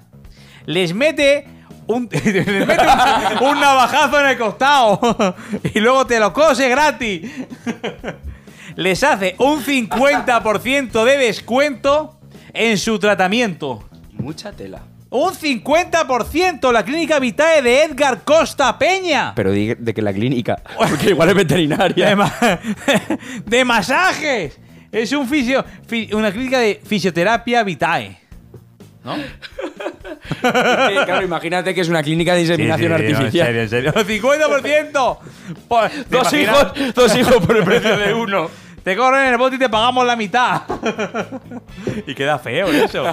Speaker 2: les mete un, les mete un- un navajazo en el costado y luego te lo cose gratis. Les hace un 50% de descuento en su tratamiento.
Speaker 1: Mucha tela.
Speaker 2: Un 50% la clínica Vitae de Edgar Costa Peña.
Speaker 1: Pero di- de, que la clínica. Porque igual es
Speaker 2: De,
Speaker 1: veterinaria.
Speaker 2: ma- de masajes. Es un fisio, fi- una clínica de fisioterapia vitae. ¿No?
Speaker 1: Eh, claro, imagínate que es una clínica de inseminación artificial.
Speaker 2: en serio, en serio. ¡50%! Por- Pues, ¿te
Speaker 1: Dos
Speaker 2: imaginas?
Speaker 1: hijos, dos hijos por el precio de uno.
Speaker 2: Te corren el bote y te pagamos la mitad. y queda feo eso.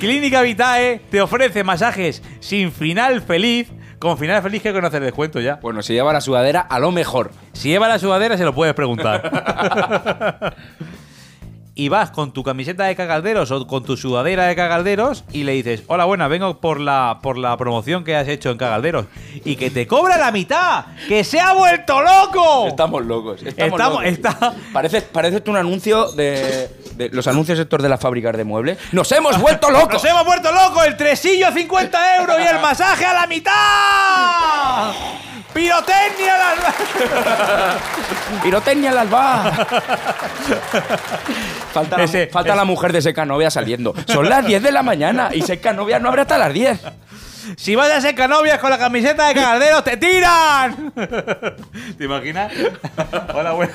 Speaker 2: Clínica Vitae te ofrece masajes sin final feliz. Con final feliz que conocer el descuento ya.
Speaker 1: Bueno, se lleva la sudadera a lo mejor.
Speaker 2: Si lleva la sudadera, se lo puedes preguntar. y vas con tu camiseta de cagalderos o con tu sudadera de cagalderos y le dices, hola, buena, vengo por la, por la promoción que has hecho en cagalderos. Y que te cobra la mitad. ¡Que se ha vuelto loco!
Speaker 1: Estamos locos. Estamos, locos.
Speaker 2: Estamos- está-
Speaker 1: Pareces, pareces un anuncio de, de los anuncios estos de las fábricas de muebles. ¡Nos hemos vuelto locos!
Speaker 2: ¡Nos hemos vuelto locos! ¡El tresillo a 50 euros y el masaje a la mitad! ¡Pirotecnia! a las-
Speaker 1: ¡Pirotecnia en las va! Falta, la,
Speaker 2: Ese-
Speaker 1: falta
Speaker 2: ese-
Speaker 1: la mujer de Seca Novia saliendo. Son las 10 de la mañana y Seca Novia no abre hasta las 10.
Speaker 2: Si vas a ser canovias con la camiseta de cagarderos, te tiran. ¿Te imaginas? Hola, bueno,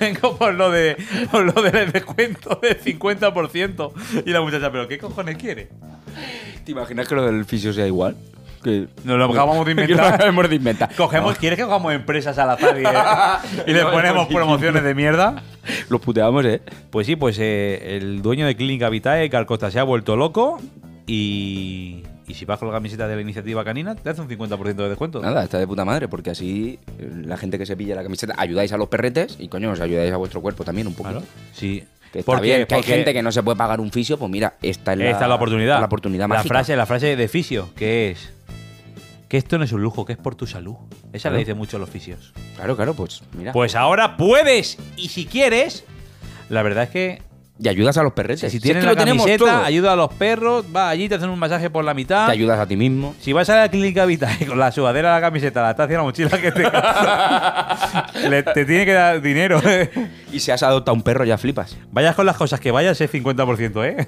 Speaker 2: vengo por lo de por lo del descuento del 50%. Y la muchacha, ¿pero qué cojones quiere?
Speaker 1: ¿Te imaginas que lo del fisio sea igual? Que
Speaker 2: Nos lo acabamos de
Speaker 1: Que lo
Speaker 2: inventar.
Speaker 1: acabamos de inventar.
Speaker 2: Cogemos, ¿Quieres que cojamos empresas al azar y, y le
Speaker 1: No, no,
Speaker 2: ponemos
Speaker 1: no.
Speaker 2: promociones de mierda?
Speaker 1: Lo puteamos, ¿eh?
Speaker 2: Pues sí, pues eh, el dueño de Clínica Vitae, Carcosta, se ha vuelto loco y, y si vas con la camiseta de la iniciativa canina, te hace un 50% de descuento.
Speaker 1: Nada, está de puta madre, porque así eh, la gente que se pilla la camiseta ayudáis a los perretes y coño, os ayudáis a vuestro cuerpo también un poquito.
Speaker 2: Claro. Sí.
Speaker 1: Que está
Speaker 2: Porque-
Speaker 1: bien, que hay
Speaker 2: porque-
Speaker 1: gente que no se puede pagar un fisio, pues mira, esta es la,
Speaker 2: Esta es la oportunidad.
Speaker 1: La oportunidad
Speaker 2: la
Speaker 1: mágica.
Speaker 2: frase, la frase de fisio, que es que esto no es un lujo, que es por tu salud. Esa
Speaker 1: Claro.
Speaker 2: le dice mucho a los fisios.
Speaker 1: Claro, claro, pues mira.
Speaker 2: Pues ahora puedes, y si quieres, la verdad es que
Speaker 1: Y ayudas a los perretes.
Speaker 2: si
Speaker 1: es
Speaker 2: tienes
Speaker 1: que
Speaker 2: la
Speaker 1: lo tenemos
Speaker 2: camiseta,
Speaker 1: todo.
Speaker 2: ayuda a los perros, va allí, te hacen un masaje por la mitad.
Speaker 1: Te ayudas a ti mismo.
Speaker 2: Si vas a la clínica vital con la sudadera, la camiseta, la taza y la mochila que te le- te tiene que dar dinero. ¿eh?
Speaker 1: Y si has adoptado un perro, ya flipas.
Speaker 2: Vayas con las cosas que vayas, es 50%, ¿eh?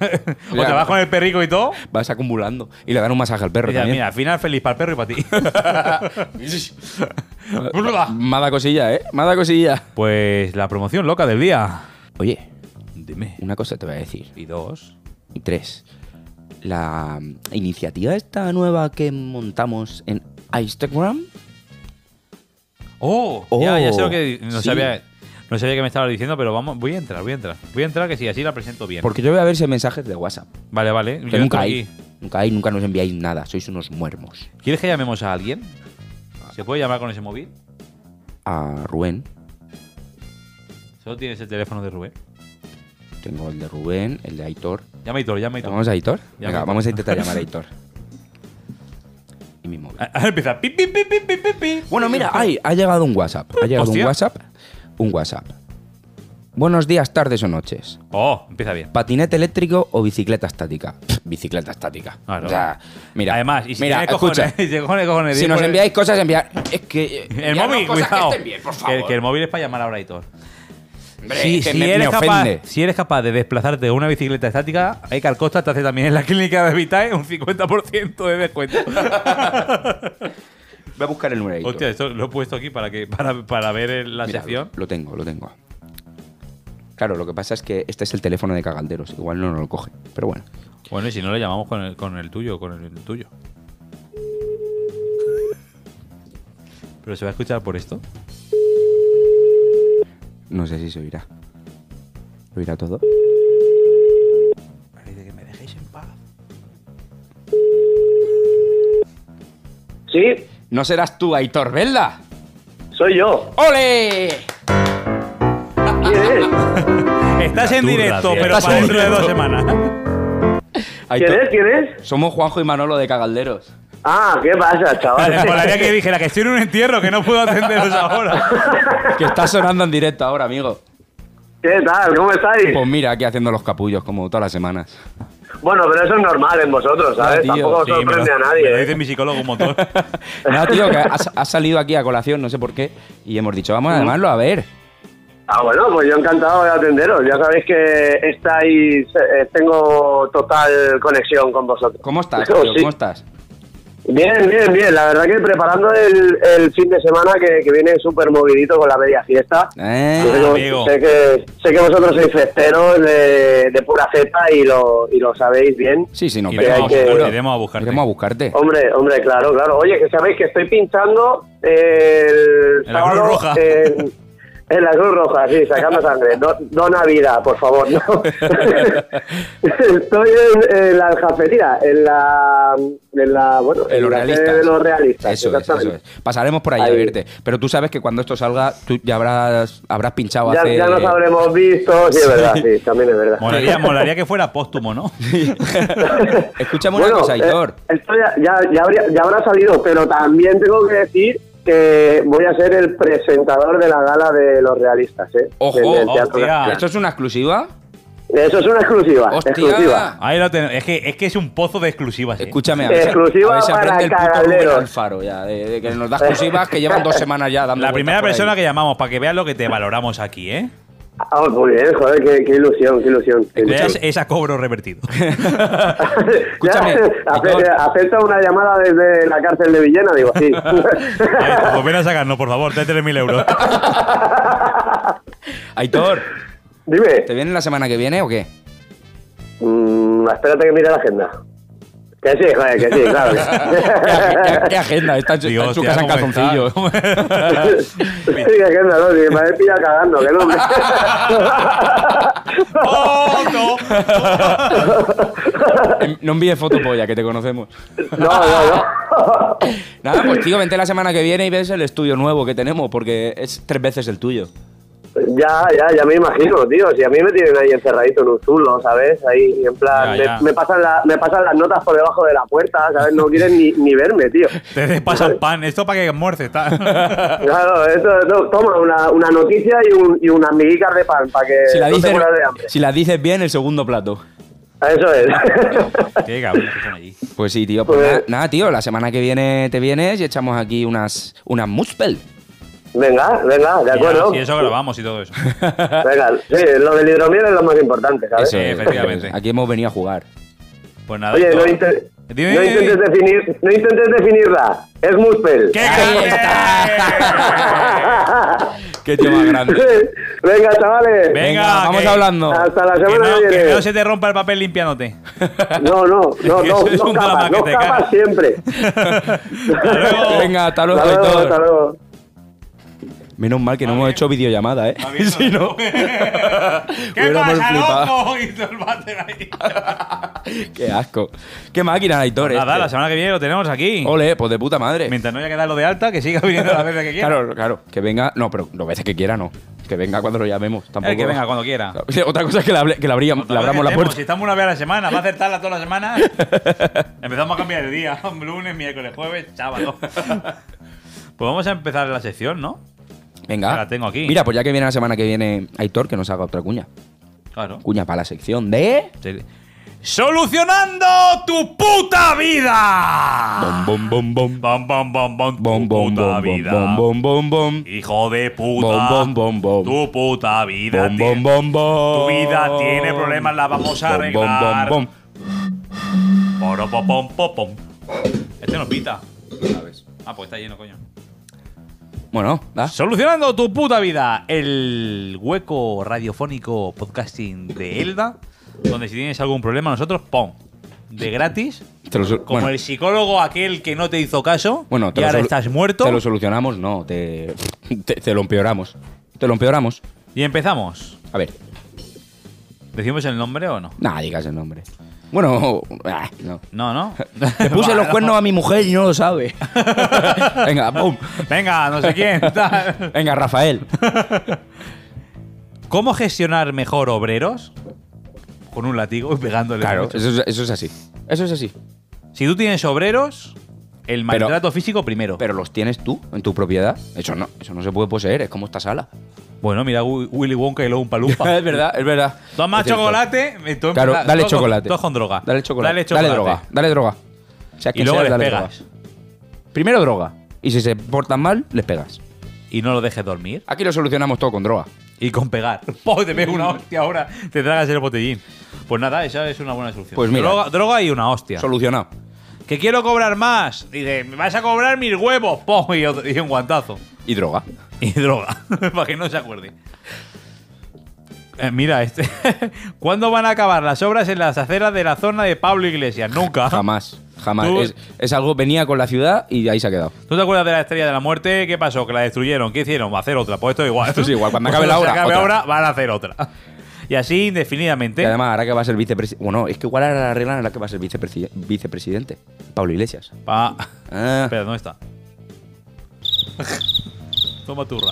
Speaker 2: o
Speaker 1: Ya.
Speaker 2: te vas con el perrico y todo.
Speaker 1: Vas acumulando. Y le dan un masaje al perro
Speaker 2: y ya,
Speaker 1: también.
Speaker 2: mira, al final feliz para el perro y para ti.
Speaker 1: Mada cosilla, ¿eh? Mada cosilla.
Speaker 2: pues la promoción loca del día.
Speaker 1: Oye,
Speaker 2: Dime.
Speaker 1: una cosa te voy a decir.
Speaker 2: Y dos.
Speaker 1: Y tres. La mm, iniciativa esta nueva que montamos en Instagram.
Speaker 2: Oh,
Speaker 1: Oh,
Speaker 2: ya, ya sé lo que no
Speaker 1: sí.
Speaker 2: sabía. No sabía que me estabas diciendo, pero vamos, voy a entrar, voy a entrar. Voy a entrar que sí, así la presento bien.
Speaker 1: Porque yo voy a ver si hay mensajes de WhatsApp.
Speaker 2: Vale, vale.
Speaker 1: Que
Speaker 2: yo entro
Speaker 1: nunca hay.
Speaker 2: aquí.
Speaker 1: Nunca hay, nunca nos enviáis nada. Sois unos muermos.
Speaker 2: ¿Quieres que llamemos a alguien? ¿Se puede llamar con ese móvil?
Speaker 1: A Rubén.
Speaker 2: Solo tienes el teléfono de Rubén.
Speaker 1: Tengo el de Rubén, el de Aitor.
Speaker 2: Llama a Hitor, llama a Hitor.
Speaker 1: ¿Llamamos a Aitor?
Speaker 2: Ya
Speaker 1: Venga,
Speaker 2: me-
Speaker 1: vamos a intentar llamar a Aitor. Y mi móvil.
Speaker 2: Ah, Ahora empieza. Pi, pi, pi, pi, pi, pi, pi.
Speaker 1: Bueno, mira, ay, ha llegado un WhatsApp. Ha llegado
Speaker 2: Hostia.
Speaker 1: un WhatsApp. Un WhatsApp. Buenos días, tardes o noches.
Speaker 2: Oh, empieza bien.
Speaker 1: ¿Patinete eléctrico o bicicleta estática? Pff, bicicleta estática.
Speaker 2: Claro.
Speaker 1: O sea, mira.
Speaker 2: Además, y si
Speaker 1: mira,
Speaker 2: tienes
Speaker 1: escucha.
Speaker 2: cojones, si, cojones, cojones,
Speaker 1: Si
Speaker 2: di
Speaker 1: nos
Speaker 2: por el-
Speaker 1: enviáis cosas, enviar. Es que.
Speaker 2: El
Speaker 1: enviarnos
Speaker 2: móvil,
Speaker 1: cosas
Speaker 2: cuidado.
Speaker 1: Que, estén bien, por favor.
Speaker 2: Que, que el móvil es para llamar ahora a Hitor.
Speaker 1: Hombre,
Speaker 2: si,
Speaker 1: es que
Speaker 2: si
Speaker 1: me,
Speaker 2: eres
Speaker 1: me
Speaker 2: capaz,
Speaker 1: ofende.
Speaker 2: si eres capaz de desplazarte con una bicicleta estática, Eka Alcosta te hace también en la clínica de Vitae un 50% de descuento.
Speaker 1: Voy a buscar el número. de Aitor.
Speaker 2: Hostia, esto lo he puesto aquí para que para, para ver el- la
Speaker 1: Mira,
Speaker 2: sección.
Speaker 1: Lo tengo, lo tengo. Claro, lo que pasa es que este es el teléfono de Cagalderos. Igual no nos lo coge. Pero bueno.
Speaker 2: Bueno, y si no le llamamos con el, con el tuyo, con el, tuyo. ¿Pero se va a escuchar por esto?
Speaker 1: No sé si se oirá. ¿Lo oirá todo?
Speaker 2: que me dejéis en paz.
Speaker 11: Sí,
Speaker 1: No serás tú, Aitor, ¿verdad?
Speaker 11: soy yo.
Speaker 1: ¡Ole!
Speaker 11: ¿Quién es?
Speaker 2: Estás en
Speaker 5: Turra,
Speaker 2: directo,
Speaker 5: tío.
Speaker 2: pero
Speaker 1: Estás
Speaker 2: para
Speaker 1: en
Speaker 2: dentro de dos
Speaker 1: directo.
Speaker 2: semanas.
Speaker 11: ¿Quién es? ¿Quién es?
Speaker 1: Somos Juanjo y Manolo de Cagalderos.
Speaker 11: Ah, ¿qué pasa,
Speaker 2: Vale, me molaría
Speaker 11: chaval?
Speaker 2: que dijera que estoy en un entierro, que no puedo atenderos ahora.
Speaker 1: Que está sonando en directo ahora, amigo.
Speaker 11: ¿Qué tal? ¿Cómo estáis?
Speaker 1: Pues mira, aquí haciendo los capullos, como todas las semanas.
Speaker 11: Bueno, pero eso es normal en vosotros,
Speaker 1: Ah,
Speaker 11: ¿sabes?
Speaker 1: tío,
Speaker 11: Tampoco os
Speaker 2: Sí, me
Speaker 11: sorprende
Speaker 2: lo-
Speaker 11: a
Speaker 2: me lo
Speaker 11: nadie.
Speaker 2: dice
Speaker 11: ¿eh?
Speaker 2: mi psicólogo un montón.
Speaker 1: Nada, tío, que has, has salido aquí a colación, no sé por qué. Y hemos dicho, vamos a llamarlo a ver.
Speaker 11: Ah, bueno, pues yo encantado de atenderos. Ya sabéis que estáis. eh, tengo total conexión con vosotros.
Speaker 1: ¿Cómo estás,
Speaker 11: Eso
Speaker 1: tío?
Speaker 11: sí.
Speaker 1: ¿Cómo estás?
Speaker 11: Bien, bien, bien. La verdad que preparando el, el fin de semana que, que viene súper movidito con la media fiesta.
Speaker 1: Eh,
Speaker 11: Yo sé que-
Speaker 2: amigo.
Speaker 11: sé, que, sé que vosotros sois festeros de, de pura cepa y lo, y lo sabéis bien.
Speaker 1: Sí, sí, no,
Speaker 2: Iremos
Speaker 1: pero
Speaker 11: a buscarte,
Speaker 1: seguro.
Speaker 2: iremos a buscarte.
Speaker 1: Iremos a buscarte.
Speaker 11: Hombre, hombre, claro, claro. Oye, que sabéis que estoy pinchando el
Speaker 2: En la Cruz
Speaker 11: sábado
Speaker 2: Roja.
Speaker 11: En, en la Cruz Roja, sí, sacando sangre. Do- dona vida, por favor, ¿no? estoy en, en la aljafería, en la... En la, bueno,
Speaker 1: En los
Speaker 11: la sede
Speaker 1: realistas.
Speaker 11: de los realistas.
Speaker 1: Eso es, eso
Speaker 11: exactamente.
Speaker 1: es. Pasaremos por ahí, a
Speaker 11: Ahí.
Speaker 1: verte. Pero tú sabes que cuando esto salga, tú ya habrás, habrás pinchado
Speaker 11: Ya,
Speaker 1: hace...
Speaker 11: ya nos habremos visto, sí, es verdad, sí, también es verdad.
Speaker 2: Molaría, molaría que fuera póstumo, ¿no?
Speaker 1: Escúchame
Speaker 11: Bueno,
Speaker 1: una cosa,
Speaker 11: eh,
Speaker 1: Aitor.
Speaker 11: esto ya, ya- ya habría- ya habrá salido, pero también tengo que decir que voy a ser el presentador de la gala de los realistas. ¿eh?
Speaker 1: Ojo,
Speaker 11: Del- del Teatro
Speaker 2: hostia.
Speaker 11: Nacional.
Speaker 1: Ah, ¿Esto es una exclusiva?
Speaker 11: Eso es una exclusiva.
Speaker 1: Hostia.
Speaker 11: exclusiva.
Speaker 2: Ahí lo tenemos. Es que, es que es un pozo de exclusivas. ¿eh?
Speaker 1: Escúchame, a ver, si-
Speaker 11: Exclusiva
Speaker 1: a ver si
Speaker 11: para
Speaker 1: aprende el puto
Speaker 11: cagalderos.
Speaker 1: Rubén Alfaro ya, de, de que nos da exclusivas que llevan dos semanas ya dando
Speaker 2: La
Speaker 1: vueltas
Speaker 2: primera
Speaker 1: por
Speaker 2: persona
Speaker 1: ahí.
Speaker 2: que llamamos para que veas lo que te valoramos aquí, ¿eh?
Speaker 11: Ah, muy bien, joder, qué, qué ilusión, qué ilusión. qué ilusión.
Speaker 2: Veas esa cobro revertido.
Speaker 1: escúchame,
Speaker 11: Ya, ace-
Speaker 1: Aitor.
Speaker 11: acepta una llamada desde la cárcel de Villena, digo, sí.
Speaker 2: Pues ven a sacarnos, por favor, de 3.000 euros.
Speaker 1: Aitor,
Speaker 11: Dime,
Speaker 1: ¿te viene la semana que viene o qué?
Speaker 11: Mm, espérate que mire la agenda. Que sí, joder, que sí, claro.
Speaker 1: ¿Qué, ag- qué- qué agenda? Está en su, está en su
Speaker 2: hostia,
Speaker 1: casa en
Speaker 2: ¿cómo está?
Speaker 1: calzoncillos.
Speaker 11: Sí, que agenda, no, sí, me habéis pillado cagando, que no.
Speaker 2: ¡Oh, no!
Speaker 1: Em, No envíes fotopolla, que te conocemos.
Speaker 11: No, no, no.
Speaker 1: Nada, pues tío, vente la semana que viene y ves el estudio nuevo que tenemos, porque es tres veces el tuyo.
Speaker 11: Ya, ya, ya me imagino, tío. Si a mí me tienen ahí encerradito en un zulo, ¿sabes? Ahí, en plan,
Speaker 2: Ya, ya.
Speaker 11: Me, me pasan la- me pasan las notas por debajo de la puerta, ¿sabes? No quieren ni, ni verme, tío.
Speaker 2: Te pasa el pan. Esto para que almuerces. ta-
Speaker 11: Claro, esto, esto- toma una, una noticia y, un, y unas miguitas de pan para que
Speaker 1: Si la,
Speaker 11: Eh, no te
Speaker 1: dices,
Speaker 11: mueras de hambre.
Speaker 1: si la dices bien, el segundo plato.
Speaker 11: Eso es.
Speaker 2: Qué cabrón que son allí.
Speaker 1: Pues sí, tío. Pues, nada, nada, tío. La semana que viene te vienes y echamos aquí unas, unas muspel.
Speaker 11: Venga, venga, de
Speaker 2: Y ya,
Speaker 11: acuerdo.
Speaker 2: si eso grabamos y todo eso.
Speaker 11: Venga, sí, lo del hidromiel es lo más importante, ¿sabes?
Speaker 1: Eso es,
Speaker 2: efectivamente.
Speaker 1: Aquí hemos venido a jugar.
Speaker 2: Pues nada.
Speaker 11: Oye, no,
Speaker 2: todo.
Speaker 11: inte-
Speaker 2: Dime,
Speaker 11: no
Speaker 2: dime,
Speaker 11: intentes definir, no intentes definirla. Es Muspel.
Speaker 2: ¿Qué cabrón?
Speaker 1: Qué tío más grande.
Speaker 11: Venga, chavales.
Speaker 2: Venga,
Speaker 1: vamos
Speaker 2: que-
Speaker 1: hablando.
Speaker 11: Hasta la
Speaker 2: Que
Speaker 11: semana
Speaker 2: no,
Speaker 11: que
Speaker 2: que
Speaker 11: viene.
Speaker 2: no se te rompa el papel limpiándote.
Speaker 11: No, no, no,
Speaker 2: que
Speaker 11: no,
Speaker 2: eso es
Speaker 11: no
Speaker 2: un drama
Speaker 11: capas,
Speaker 2: que
Speaker 11: no
Speaker 2: te
Speaker 11: capas
Speaker 2: cagas.
Speaker 11: siempre.
Speaker 1: Venga, hasta luego,
Speaker 11: Hasta luego,
Speaker 1: Aitor.
Speaker 11: hasta luego.
Speaker 1: Menos mal que no hemos hecho videollamada, ¿eh? Si no,
Speaker 2: ¿Qué
Speaker 1: Hubiéramos
Speaker 2: pasa,
Speaker 1: flipado.
Speaker 2: loco? Y todo el váter ahí.
Speaker 1: qué asco. Qué máquina, Aitor.
Speaker 2: Pues Nada,
Speaker 1: este.
Speaker 2: la semana que viene lo tenemos aquí.
Speaker 1: Ole, pues de puta madre.
Speaker 2: Mientras no haya quedado de alta, que siga viniendo las veces que quiera.
Speaker 1: Claro, claro. Que venga. No, pero las veces que quiera, no. Que venga cuando lo llamemos. Tampoco.
Speaker 2: El Eh, que venga cuando quiera.
Speaker 1: Otra cosa es que, la hable- que le abríamos- le abramos la
Speaker 2: Hacemos,
Speaker 1: puerta.
Speaker 2: Si estamos una vez a la semana, va a acertarla toda la semana. Empezamos a cambiar de día. Lunes, miércoles, jueves, sábado. pues vamos a empezar la sección, ¿no?
Speaker 1: Venga.
Speaker 2: Ya la tengo aquí.
Speaker 1: Mira, pues ya que viene la semana que viene Aitor, que nos haga otra cuña.
Speaker 2: Claro.
Speaker 1: Cuña para la sección de.
Speaker 2: ¡Solucionando tu puta vida!
Speaker 1: Bom, bom, bom.
Speaker 2: Bom, bom, bom, bom, tu
Speaker 1: Bom, bom,
Speaker 2: puta
Speaker 1: bom, bom,
Speaker 2: vida.
Speaker 1: bom, bom, bom, bom.
Speaker 2: Hijo de puta.
Speaker 1: Bom, bom, bom, bom.
Speaker 2: Tu puta vida.
Speaker 1: Bom,
Speaker 2: tiene-
Speaker 1: bom, bom, bom.
Speaker 2: Tu vida tiene problemas, la vamos a
Speaker 1: Bom, bom,
Speaker 2: arreglar.
Speaker 1: bom, bom.
Speaker 2: Poropopom, popom. Este no pita. Ah, pues está lleno, coño.
Speaker 1: Bueno, da.
Speaker 2: Solucionando tu puta vida, el hueco radiofónico podcasting de Elda, donde si tienes algún problema nosotros, ¡pum! De gratis,
Speaker 1: Te lo sol-
Speaker 2: como
Speaker 1: bueno,
Speaker 2: el psicólogo aquel que no te hizo caso
Speaker 1: bueno, te
Speaker 2: y
Speaker 1: lo
Speaker 2: ahora
Speaker 1: sol-
Speaker 2: estás muerto.
Speaker 1: Te lo solucionamos, no. Te, te, te lo empeoramos. Te lo empeoramos.
Speaker 2: Y empezamos.
Speaker 1: A ver.
Speaker 2: ¿Decimos el nombre o no?
Speaker 1: Nada, digas el nombre. Bueno, ah, no.
Speaker 2: No, no.
Speaker 1: Le puse los
Speaker 2: Bueno.
Speaker 1: cuernos a mi mujer y no lo sabe. Venga, boom.
Speaker 2: Venga, no sé quién. tal.
Speaker 1: Venga, Rafael.
Speaker 2: ¿Cómo gestionar mejor obreros? Con un latigo y pegándole.
Speaker 1: Claro, eso es, eso es así. Eso es así.
Speaker 2: Si tú tienes obreros,
Speaker 1: Pero-
Speaker 2: el maltrato físico primero.
Speaker 1: Pero los tienes tú en tu propiedad. Eso no, eso no se puede poseer, es como esta sala.
Speaker 2: Bueno, mira Wi- Willy Wonka y luego un palumpa.
Speaker 1: es verdad, es verdad.
Speaker 2: Toma
Speaker 1: Es cierto.
Speaker 2: chocolate. eh, tú
Speaker 1: Claro,
Speaker 2: empiezas-
Speaker 1: dale
Speaker 2: todo con-
Speaker 1: chocolate.
Speaker 2: todo con droga.
Speaker 1: Dale chocolate.
Speaker 2: Dale chocolate.
Speaker 1: droga. Dale droga. Sea
Speaker 2: Y
Speaker 1: quien
Speaker 2: luego
Speaker 1: seas,
Speaker 2: les
Speaker 1: dale
Speaker 2: pegas.
Speaker 1: droga. Primero droga. Y si se portan mal, les pegas.
Speaker 2: Y no lo dejes dormir.
Speaker 1: Aquí lo solucionamos todo con droga.
Speaker 2: Y con pegar. Po, te pego una
Speaker 1: Mm.
Speaker 2: hostia ahora. Te tragas el botellín. Pues nada, esa es una buena solución.
Speaker 1: Pues mira.
Speaker 2: Droga, droga y una hostia.
Speaker 1: Solucionado.
Speaker 2: que quiero cobrar más. Dice, me vas a cobrar mis huevos. Po, y, otro- y un guantazo.
Speaker 1: Y droga.
Speaker 2: Y droga. para que no se acuerde. Eh, mira, este. ¿Cuándo van a acabar las obras en las aceras de la zona de Pablo Iglesias? Nunca.
Speaker 1: Jamás. Jamás.
Speaker 2: Tú-
Speaker 1: Es, es algo, venía con la ciudad y ahí se ha quedado.
Speaker 2: ¿Tú te acuerdas de la estrella de la muerte? ¿Qué pasó? ¿Que la destruyeron? ¿Qué hicieron? Va a hacer otra. Pues esto es igual.
Speaker 1: Esto es igual. Cuando acabe la
Speaker 2: se
Speaker 1: obra,
Speaker 2: acabe
Speaker 1: otra.
Speaker 2: obra, van a hacer otra. Y así indefinidamente.
Speaker 1: Y además, ahora que va a ser vicepresidente. Bueno, es que igual ahora la regla en la que va a ser vicepresi- vicepresidente. Pablo Iglesias.
Speaker 2: Pa-
Speaker 1: Ah.
Speaker 2: Espera, ¿dónde está? Toma turra.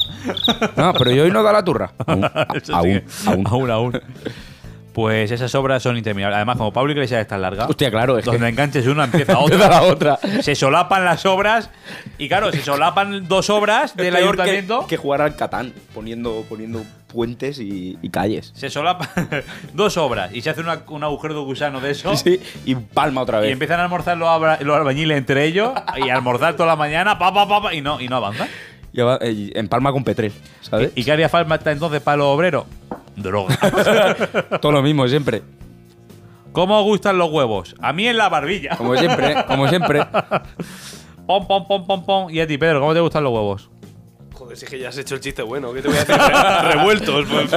Speaker 1: No, pero yo hoy no da la turra. Aún,
Speaker 2: Eso
Speaker 1: aún,
Speaker 2: sí que-
Speaker 1: aún.
Speaker 2: aún, aún. Pues esas obras son interminables. Además, como Pablo Iglesias es tan larga,
Speaker 1: Hostia, claro, es
Speaker 2: donde
Speaker 1: que
Speaker 2: enganches una empieza
Speaker 1: Empieza
Speaker 2: otra.
Speaker 1: la otra.
Speaker 2: Se solapan las obras. Y claro, se solapan dos obras del
Speaker 1: Peor que-
Speaker 2: ayuntamiento.
Speaker 1: Que, jugar al Catán, poniendo, poniendo puentes y, y calles.
Speaker 2: Se solapan dos obras y se hace una- un agujero de gusano de eso.
Speaker 1: Sí, y palma otra
Speaker 2: Y
Speaker 1: vez.
Speaker 2: empiezan a almorzar los, abra- los albañiles entre ellos y a almorzar toda la mañana, pa, pa, pa, pa, y no, y no avanzan.
Speaker 1: Y va- eh, en palma con Petrel, ¿sabes?
Speaker 2: ¿Y qué haría falta entonces para los obreros? Droga.
Speaker 1: Todo lo mismo siempre.
Speaker 2: ¿Cómo os gustan los huevos? A mí en la barbilla.
Speaker 1: Como siempre, como siempre.
Speaker 2: Pom, pom, pom, pom, pom. Y a ti, Pedro, ¿cómo te gustan los huevos?
Speaker 3: Joder, si es que ya has hecho el chiste bueno, ¿qué te voy a
Speaker 2: Ah,
Speaker 3: hacer? Revueltos, pues.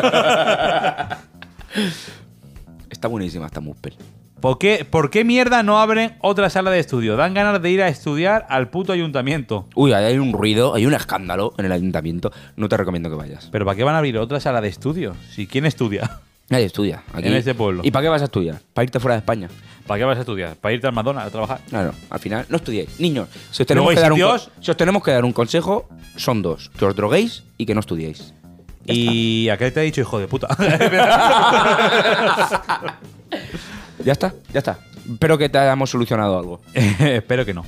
Speaker 1: Está buenísima esta Muspel.
Speaker 2: ¿Por qué, ¿Por qué mierda no abren otra sala de estudio? Dan ganas de ir a estudiar al puto ayuntamiento.
Speaker 1: Uy, ahí hay un ruido, hay un escándalo en el ayuntamiento. No te recomiendo que vayas.
Speaker 2: ¿Pero para qué van a abrir otra sala de estudio? Si quién estudia.
Speaker 1: Nadie estudia. Aquí.
Speaker 2: En este pueblo.
Speaker 1: ¿Y para qué vas a estudiar? Para irte fuera de España.
Speaker 2: ¿Para qué vas a estudiar? ¿Para irte al Madonna a trabajar?
Speaker 1: Claro, al final no estudiéis. Niños, si os,
Speaker 2: Luego
Speaker 1: tenemos
Speaker 2: hay
Speaker 1: que dar un, co-
Speaker 2: sitios-
Speaker 1: si os tenemos que dar un consejo, son dos. Que os droguéis y que no estudiéis.
Speaker 2: Y aquel te ha dicho hijo de puta.
Speaker 1: ya está, ya está. Espero que te hayamos solucionado algo.
Speaker 2: Espero que no.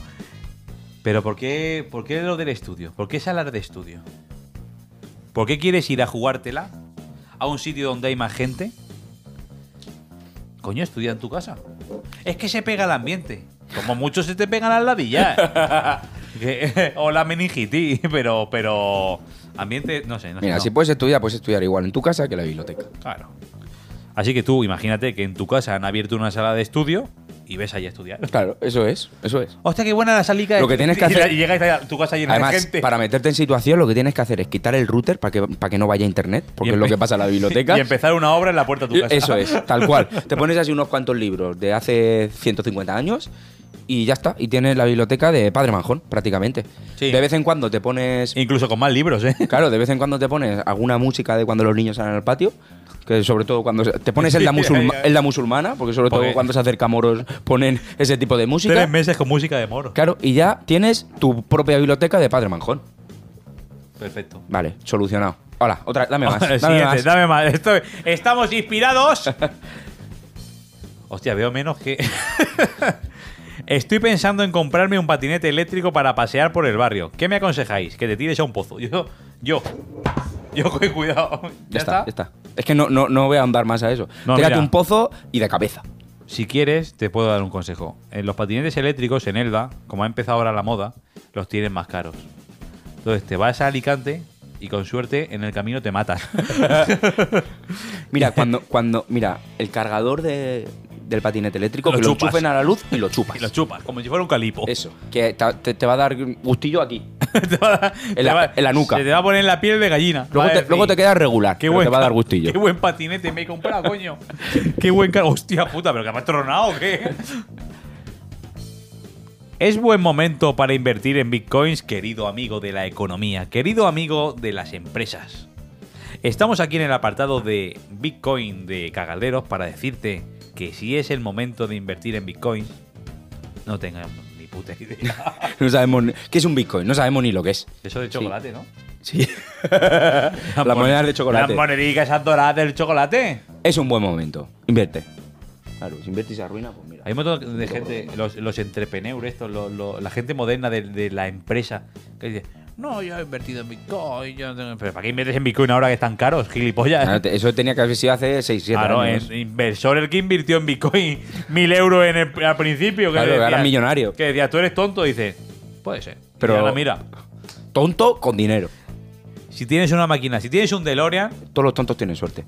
Speaker 2: Pero ¿por qué, ¿por qué lo del estudio? ¿Por qué salar de estudio? ¿Por qué quieres ir a jugártela a un sitio donde hay más gente? Coño, estudia en tu casa. Es que se pega el ambiente. Como mucho se te pegan las ladillas. Que- o la meningitis, pero, pero ambiente, no sé. No sé,
Speaker 1: Mira,
Speaker 2: no.
Speaker 1: si puedes estudiar, puedes estudiar igual en tu casa que en la biblioteca.
Speaker 2: Claro. Así que tú imagínate que en tu casa han abierto una sala de estudio y ves ahí a estudiar.
Speaker 1: Claro, eso es, eso es.
Speaker 2: Hostia, qué buena la salica. de
Speaker 1: Lo que tienes que
Speaker 2: estudio.
Speaker 1: hacer-
Speaker 2: Y llegas a tu casa llena de
Speaker 1: Además,
Speaker 2: gente.
Speaker 1: para meterte en situación, lo que tienes que hacer es quitar el router para que, para que no vaya a internet, porque es lo que pasa en la biblioteca.
Speaker 2: y empezar una obra en la puerta de tu casa.
Speaker 1: Eso es, tal cual. Te pones así unos cuantos libros de hace 150 años y ya está. Y tienes la biblioteca de Padre Manjón, prácticamente. De vez en cuando te pones.
Speaker 2: Incluso con más libros, ¿eh?
Speaker 1: Claro, de vez en cuando te pones alguna música de cuando los niños salen al patio. Que sobre todo cuando. se- Te pones en la, musulma- en la musulmana, porque sobre
Speaker 2: Porque-
Speaker 1: todo cuando se acerca moros ponen ese tipo de música.
Speaker 2: Tres meses con música de moro.
Speaker 1: Claro, y ya tienes tu propia biblioteca de Padre Manjón.
Speaker 2: Perfecto.
Speaker 1: Vale, solucionado. Hola, otra, dame más.
Speaker 2: Siguiente,
Speaker 1: Dame más.
Speaker 2: dame más. Esto- estamos inspirados. Hostia, veo menos que. Estoy pensando en comprarme un patinete eléctrico para pasear por el barrio. ¿Qué me aconsejáis? Que te tires a un pozo. Yo, yo, yo, cu- cuidado.
Speaker 1: Ya, está, ya está. Es que no, no, no voy a andar más a eso.
Speaker 2: No,
Speaker 1: Tírate
Speaker 2: mira.
Speaker 1: un pozo y de cabeza.
Speaker 2: Si quieres, te puedo dar un consejo. En los patinetes eléctricos en Elda, como ha empezado ahora la moda, los tienen más caros. Entonces te vas a Alicante y con suerte en el camino te matas.
Speaker 1: Mira, cuando, cuando, mira, el cargador de- del patinete eléctrico,
Speaker 2: Lo
Speaker 1: que
Speaker 2: chupas.
Speaker 1: lo chupen a la luz y lo chupas.
Speaker 2: y lo chupas, como si fuera un calipo.
Speaker 1: Eso, que ta- te, te va a dar gustillo aquí. en, la, en la nuca.
Speaker 2: Se te va a poner la piel de gallina.
Speaker 1: luego,
Speaker 2: Va a
Speaker 1: te,
Speaker 2: decir,
Speaker 1: luego te queda regular,
Speaker 2: "Qué
Speaker 1: pero
Speaker 2: buen
Speaker 1: te va a dar
Speaker 2: ca-
Speaker 1: gustillo.
Speaker 2: Qué buen patinete me he comprado, coño. qué buen carro. Hostia puta, pero que me has tronado, ¿o ¿qué? Es buen momento para invertir en bitcoins, querido amigo de la economía, querido amigo de las empresas. Estamos aquí en el apartado de Bitcoin de Cagalderos para decirte que si es el momento de invertir en bitcoins, no tengamos ni puta idea.
Speaker 1: No sabemos ni- qué es un bitcoin, no sabemos ni lo que es.
Speaker 2: Eso de chocolate, ¿no?
Speaker 1: Sí. Las monedas de chocolate.
Speaker 2: Las moneditas esas doradas del chocolate.
Speaker 1: Es un buen momento. Invierte. Claro, si inviertes arruina, pues mira.
Speaker 2: Hay un montón de gente, los, los entrepreneurs, estos, los- los- la gente moderna de, de la empresa, que dice, no, yo he invertido en Bitcoin, yo no tengo... ¿Pero para qué inviertes en Bitcoin ahora que están caros, gilipollas?
Speaker 1: Claro, Ah, te- Eso tenía que haber sido hace 6, 7
Speaker 2: Claro,
Speaker 1: años.
Speaker 2: el inversor el que invirtió en Bitcoin mil euros en el- al principio. Que
Speaker 1: Claro,
Speaker 2: decía-
Speaker 1: ahora es millonario.
Speaker 2: Que decía, tú eres tonto, dice, puede ser.
Speaker 1: Pero-
Speaker 2: Pero ahora mira,
Speaker 1: Tonto con dinero.
Speaker 2: si tienes una máquina, si tienes un DeLorean,
Speaker 1: Todos los tontos tienen suerte.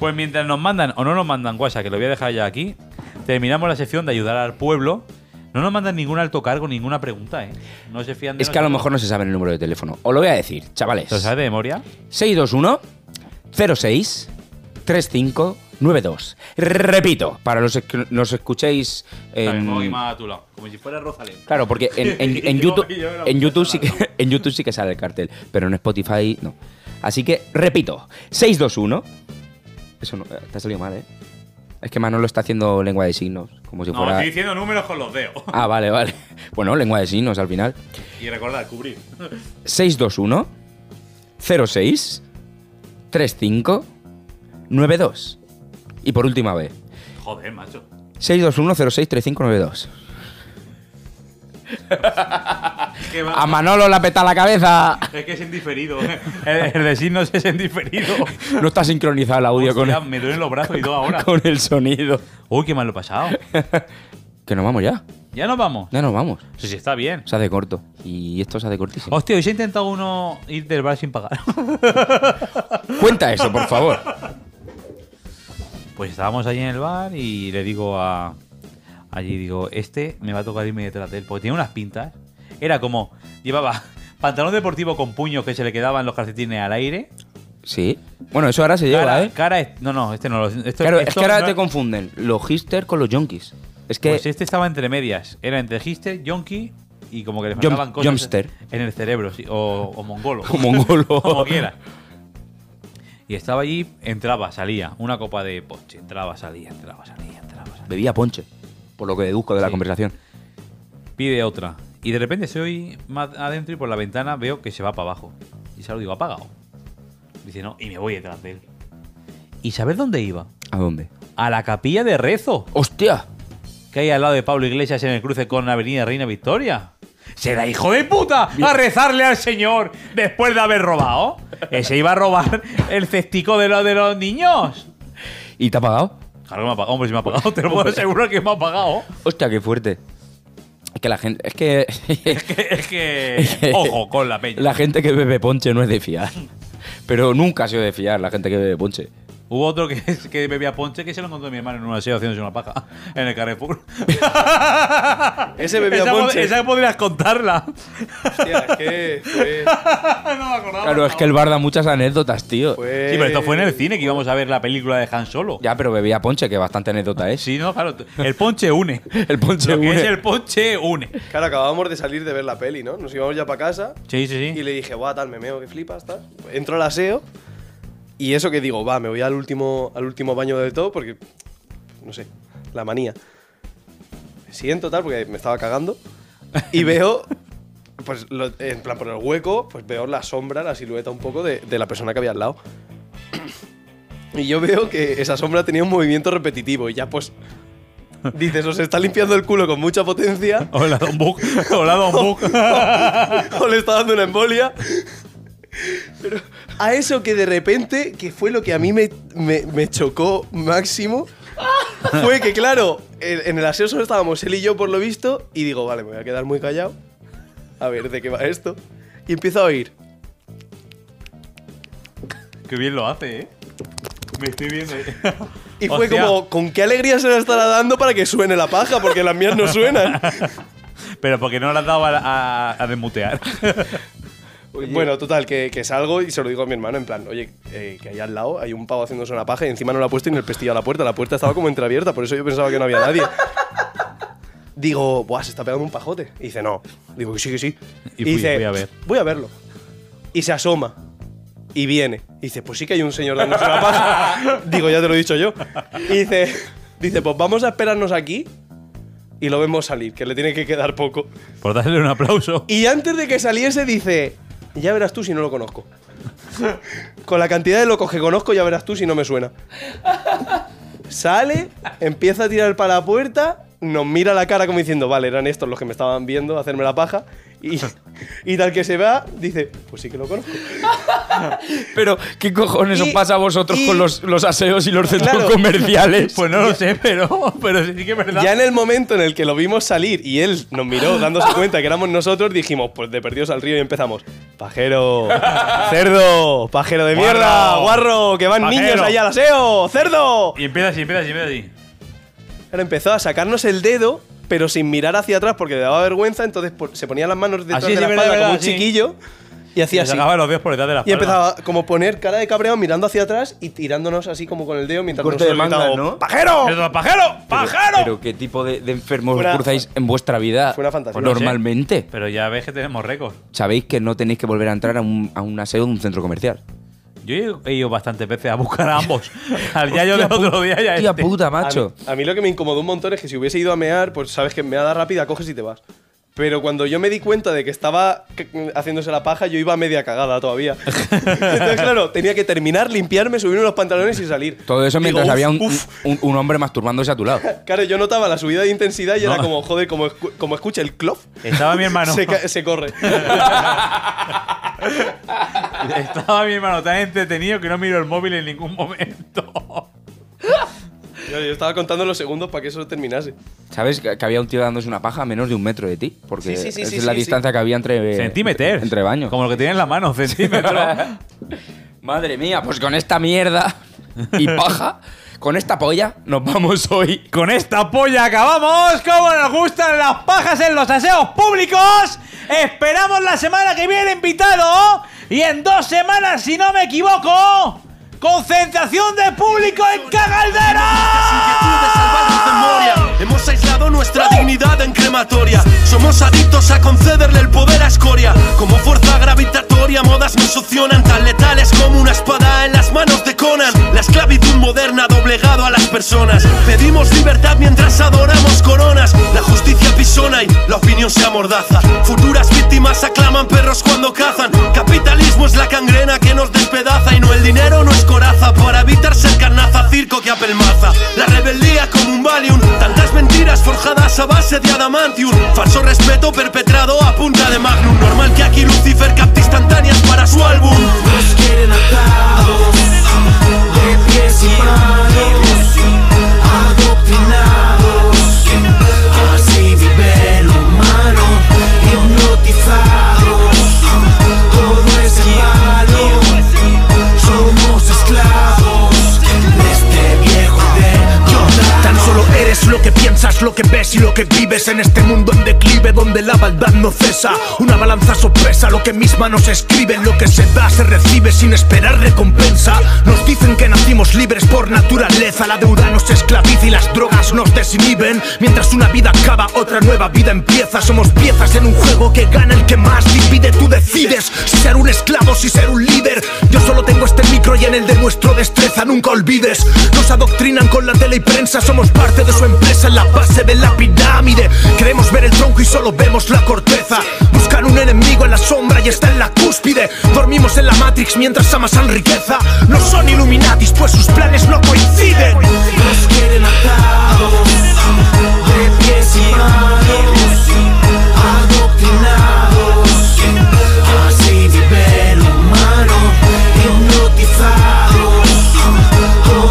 Speaker 2: Pues mientras nos mandan o no nos mandan WhatsApp, que lo voy a dejar ya aquí, terminamos la sección de ayudar al pueblo. No nos mandan ningún alto cargo, ninguna pregunta, ¿eh? No se fían de
Speaker 1: Es que a lo
Speaker 2: nosotros.
Speaker 1: mejor no se sabe el número de teléfono. Os lo voy a decir, chavales.
Speaker 2: ¿Lo sabes de memoria?
Speaker 1: 621 06 3592. Repito, para los que nos escuchéis
Speaker 2: Dale, me voy
Speaker 1: en,
Speaker 2: más a tu lado, como si fuera Rosalén.
Speaker 1: Claro, porque en, en- en
Speaker 2: Y yo-
Speaker 1: YouTube,
Speaker 2: y yo me la
Speaker 1: en, YouTube sí que, en YouTube sí que sale el cartel, pero en Spotify no. Así que, repito, 621. Eso no, eh, te ha salido mal, ¿eh? Es que Manolo está haciendo lengua de signos, como si
Speaker 2: No,
Speaker 1: fuera...
Speaker 2: estoy diciendo números con los dedos.
Speaker 1: Ah, vale, vale. Bueno, lengua de signos al final.
Speaker 2: Y recordad, cubrir.
Speaker 1: 621 06 35 92. Y por última vez,
Speaker 2: Joder, macho.
Speaker 1: 621 06 35 92.
Speaker 2: Qué va-
Speaker 1: A Manolo la peta la cabeza.
Speaker 2: Es que es indiferido. ¿eh? El, el de signos es indiferido.
Speaker 1: No está sincronizado el audio con
Speaker 2: Hostia,
Speaker 1: el,
Speaker 2: me duelen los brazos y todo ahora.
Speaker 1: con el sonido.
Speaker 2: Uy, qué mal lo he pasado.
Speaker 1: Que nos vamos ya.
Speaker 2: Ya nos vamos.
Speaker 1: Ya nos vamos.
Speaker 2: Sí, sí, está bien.
Speaker 1: Se hace corto. Y esto se hace cortísimo.
Speaker 2: Hostia, hoy se ha intentado uno ir del bar sin pagar.
Speaker 1: Cuenta eso, por favor.
Speaker 2: Pues estábamos allí en el bar y le digo a. Allí digo, este me va a tocar irme detrás de él, porque tiene unas pintas. Era como, llevaba pantalón deportivo con puños que se le quedaban los calcetines al aire.
Speaker 1: Sí. Bueno, eso ahora se lleva,
Speaker 2: cara,
Speaker 1: ¿eh?
Speaker 2: cara est- no, no, este no lo. Esto,
Speaker 1: Claro, es
Speaker 2: esto
Speaker 1: que ahora
Speaker 2: no-
Speaker 1: te confunden los hipsters con los yonkis. Es que.
Speaker 2: Pues este estaba entre medias. Era entre hister, yonki y como que le
Speaker 1: Jom-
Speaker 2: faltaban cosas
Speaker 1: jomster.
Speaker 2: en el cerebro, sí, o, o mongolo.
Speaker 1: O mongolo.
Speaker 2: como quiera. Y estaba allí, entraba, salía. Una copa de poche, entraba, salía, entraba, salía, entraba, salía.
Speaker 1: Bebía ponche. Por lo que deduzco de la conversación.
Speaker 2: pide otra. Y de repente soy más adentro y por la ventana veo que se va para abajo. Y se lo digo, apagado. Dice, no, y me voy detrás de él. ¿Y sabes dónde iba?
Speaker 1: ¿A dónde?
Speaker 2: A la capilla de rezo.
Speaker 1: ¡Hostia!
Speaker 2: Que hay al lado de Pablo Iglesias en el cruce con la avenida Reina Victoria. ¿Será hijo de puta a rezarle al señor después de haber robado? Ese iba a robar el cestico de, los de los niños.
Speaker 1: ¿Y te ha pagado?
Speaker 2: Claro que me ha pagado. Hombre, si me ha pagado, te lo puedo asegurar que me ha pagado.
Speaker 1: Hostia, qué fuerte. Es que la gente. Es que.
Speaker 2: es que. Es que ojo con la peña.
Speaker 1: La gente que bebe ponche no es de fiar. Pero nunca ha sido de fiar la gente que bebe ponche.
Speaker 2: Hubo otro que, que bebía ponche que se lo encontró mi hermano en una silla haciéndose una paja en el Carrefour.
Speaker 3: Ese bebía
Speaker 2: esa, pod-
Speaker 3: ponche.
Speaker 2: Esa podrías contarla.
Speaker 3: Hostia, es que fue-
Speaker 2: no me acordaba.
Speaker 1: Claro, es que el bar da muchas anécdotas, tío.
Speaker 3: fue-
Speaker 2: Sí, pero esto fue en el cine que íbamos a ver la película de Han Solo.
Speaker 1: Ya, pero bebía ponche, que bastante anécdota es.
Speaker 2: Sí, no, claro. El ponche une.
Speaker 1: El ponche
Speaker 2: Lo que
Speaker 1: une.
Speaker 2: es el ponche une.
Speaker 3: Claro, acabábamos de salir de ver la peli, ¿no? Nos íbamos ya para casa
Speaker 2: Sí, sí,
Speaker 3: y
Speaker 2: sí.
Speaker 3: le dije, guau, tal, me meo, que flipas, tal. Entro al aseo y eso que digo, va, me voy al último, al último baño del todo porque, no sé, la manía. Me siento tal porque me estaba cagando y veo, pues, lo- en plan, por el hueco, pues veo la sombra, la silueta un poco de, de la persona que había al lado. Y yo veo que esa sombra tenía un movimiento repetitivo y ya pues... Dices, o se está limpiando el culo con mucha potencia
Speaker 2: Hola, Don Buck. Hola, Don Buck.
Speaker 3: o le está dando una embolia. Pero a eso que de repente, que fue lo que a mí me, me- me chocó máximo, fue que, claro, en, en el aseo solo estábamos él y yo por lo visto, y digo, vale, me voy a quedar muy callado. A ver, ¿de qué va esto? Y empiezo a oír.
Speaker 2: Qué bien lo hace, ¿eh? Me estoy viendo.
Speaker 3: Y fue
Speaker 2: Hostia.
Speaker 3: como, ¿con qué alegría se la estará dando para que suene la paja? Porque las mías no suenan.
Speaker 2: Pero porque no le has dado a, a- a desmutear.
Speaker 3: Bueno, total, que, que salgo y se lo digo a mi hermano en plan, oye, eh, que ahí al lado hay un pavo haciéndose una paja y encima no la ha puesto ni el pestillo a la puerta. La puerta estaba como entreabierta, por eso yo pensaba que no había nadie. Digo, buah, se está pegando un pajote. Y dice, no. Digo, que sí, que sí.
Speaker 2: Y fui-
Speaker 3: dice,
Speaker 2: fui a ver.
Speaker 3: Voy a verlo. Y se asoma. Y viene. Y dice, pues sí que hay un señor dándose una paja. Digo, ya te lo he dicho yo. Y dice, dice, pues vamos a esperarnos aquí y lo vemos salir, que le tiene que quedar poco.
Speaker 2: Por darle un aplauso.
Speaker 3: Y antes de que saliese dice, ya verás tú si no lo conozco. Con la cantidad de locos que conozco, ya verás tú si no me suena. Sale, empieza a tirar para la puerta, nos mira la cara como diciendo, vale, eran estos los que me estaban viendo hacerme la paja. Y, y tal que se va, dice, pues sí que lo conozco.
Speaker 1: Pero, ¿qué cojones os
Speaker 3: Y-
Speaker 1: pasa a vosotros
Speaker 3: y-
Speaker 1: con los, los aseos y los centros
Speaker 3: Claro.
Speaker 1: comerciales?
Speaker 2: Pues no lo sé, pero, pero sí que es verdad.
Speaker 3: Ya en el momento en el que lo vimos salir y él nos miró dándose cuenta que éramos nosotros, dijimos, pues de perdidos al río y empezamos. Pajero, cerdo, pajero de mierda,
Speaker 2: Guarro.
Speaker 3: guarro, que van
Speaker 2: Pajero.
Speaker 3: niños allá al aseo, cerdo.
Speaker 2: Y empieza así, empieza así, empieza así.
Speaker 3: Pero empezó a sacarnos el dedo, pero sin mirar hacia atrás porque le daba vergüenza, entonces por- se ponía las manos detrás
Speaker 2: Así,
Speaker 3: de
Speaker 2: sí,
Speaker 3: la
Speaker 2: verdad,
Speaker 3: espalda como un
Speaker 2: verdad, sí.
Speaker 3: chiquillo y hacía
Speaker 2: Le
Speaker 3: así.
Speaker 2: sacaba los dedos por detrás de la
Speaker 3: Y
Speaker 2: espalda.
Speaker 3: empezaba como poner cara de cabreado mirando hacia atrás y tirándonos así como con el dedo mientras
Speaker 1: Corte
Speaker 3: nosotros
Speaker 1: de manga,
Speaker 3: gritábamos,
Speaker 1: ¿no?
Speaker 3: ¡Pajero!
Speaker 2: Pero, ¡Pajero! ¡Pajero!
Speaker 1: Pero, ¿qué tipo de, de enfermos
Speaker 3: Fue una-
Speaker 1: cruzáis en vuestra vida
Speaker 3: fue una fantasía.
Speaker 2: No sé.
Speaker 1: normalmente?
Speaker 2: Pero ya ves que tenemos récord.
Speaker 1: Sabéis que no tenéis que volver a entrar a un, a un aseo de un centro comercial.
Speaker 2: Yo he ido bastantes veces a buscar a ambos. Al yayo del otro día ya
Speaker 1: Tía
Speaker 2: este.
Speaker 1: puta,
Speaker 3: A mí-
Speaker 1: macho.
Speaker 3: A mí, lo que me incomodó un montón es que si hubiese ido a mear, pues sabes que meada rápida, coges y te vas. Pero cuando yo me di cuenta de que estaba c- haciéndose la paja, yo iba media cagada todavía. Entonces, claro, tenía que terminar, limpiarme, subirme los pantalones y salir.
Speaker 1: Todo eso
Speaker 3: Digo,
Speaker 1: mientras
Speaker 3: "Uf,
Speaker 1: había un,
Speaker 3: uf".
Speaker 1: un- un hombre masturbándose a tu lado.
Speaker 3: Claro, yo notaba la subida de intensidad y era
Speaker 2: No.
Speaker 3: como, joder, como, escu- como escucha el clof,
Speaker 2: Estaba mi hermano.
Speaker 3: se, ca- se corre.
Speaker 2: Estaba mi hermano tan entretenido que no miro el móvil en ningún momento.
Speaker 3: yo, yo estaba contando los segundos para que eso terminase.
Speaker 1: ¿Sabes que que había un tío dándose una paja a menos de un metro de ti? Porque
Speaker 3: Sí, sí, sí,
Speaker 1: esa
Speaker 3: sí,
Speaker 1: es la
Speaker 3: sí,
Speaker 1: distancia que había entre,
Speaker 2: Centímetros.
Speaker 1: Eh, entre baños.
Speaker 2: Como lo que tiene en la mano, centímetros.
Speaker 1: Madre mía, pues con esta mierda y paja, con esta polla, nos vamos hoy.
Speaker 2: Con esta polla acabamos. Como nos gustan las pajas en los aseos públicos. Esperamos la semana que viene invitado. Y en dos semanas, si no me equivoco, concentración de público en Cagaldera.
Speaker 10: Hemos aislado nuestra dignidad en crematoria. Somos adictos a concederle el poder a escoria. Como fuerza gravitatoria, modas nos succionan tan letales como una espada en las manos de Conan. La esclavitud
Speaker 12: moderna doblegado a las personas. Pedimos libertad mientras adoramos coronas. La justicia pisona y la opinión se amordaza. Futuras víctimas aclaman perros cuando cazan. Capitalismo es la cangrena que nos despedaza y no el dinero no es coraza para evitar ser carnaza, circo que apelmaza. La rebeldía como un valium, tantas mentiras forjadas a base de adamantium. Falso respeto perpetrado a punta de magnum. Normal que aquí Lucifer capte instantáneas para su álbum.
Speaker 13: Nos quieren atados, de pies y manos, adoctrinados. Así vive el humano, hipnotizados. Todo es en vano, somos esclavos de este viejo
Speaker 12: Yo, Tan solo eres lo que piensas, lo que ves y lo que vives en este mundo en declive donde la maldad no cesa. Una balanza sorpresa, lo que mis manos escriben, lo que se da se recibe sin esperar recompensa. Nos dicen que nacimos libres por naturaleza, la deuda nos esclaviza y las drogas nos desinhiben. Mientras una vida acaba, otra nueva vida empieza. Somos piezas en un juego que gana el que más divide. Tú decides si ser un esclavo, si ser un líder. Yo solo tengo este micro y en el de nuestro destreza nunca olvides. Nos adoctrinan con la tele y prensa, somos parte de su empresa en la base de la pirámide. Queremos ver el tronco y solo vemos la corteza. Buscan un enemigo en la sombra y está en la cúspide. Dormimos en la Matrix mientras amasan riqueza. No son Illuminatis, pues sus planes no coinciden.
Speaker 13: Nos quieren atados, de pies y manos, adoctrinados. Así vive el humano, hipnotizados. Todo es en vano,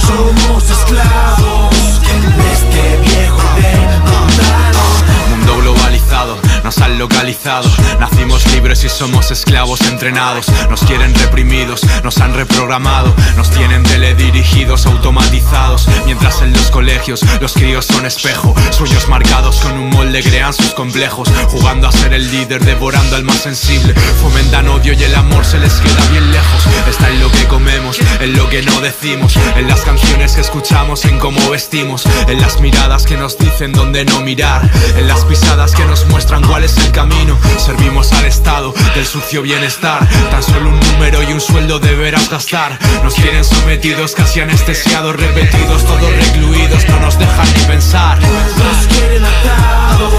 Speaker 13: somos esclavos de este viejo demonio.
Speaker 9: Mundo globalizado, nos han localizado. Nacimos libres y somos esclavos entrenados. Nos quieren reprimidos, nos han reprogramado. Nos tienen teledirigidos, automatizados. Mientras en los colegios los críos son espejo. Sueños marcados con un molde crean sus complejos. Jugando a ser el líder, devorando al más sensible. Fomentan odio y el amor se les queda bien lejos. Está en lo que comemos, en lo que no decimos. En las canciones que escuchamos, en cómo vestimos. En las miradas que nos dicen dónde no mirar. En las pisadas que nos muestran cuál es el camino. Servimos al Estado del sucio bienestar. Tan solo un número y un sueldo deberás gastar. Nos quieren sometidos, casi anestesiados, repetidos, todos recluidos. No nos dejan ni pensar.
Speaker 13: Nos quieren atados,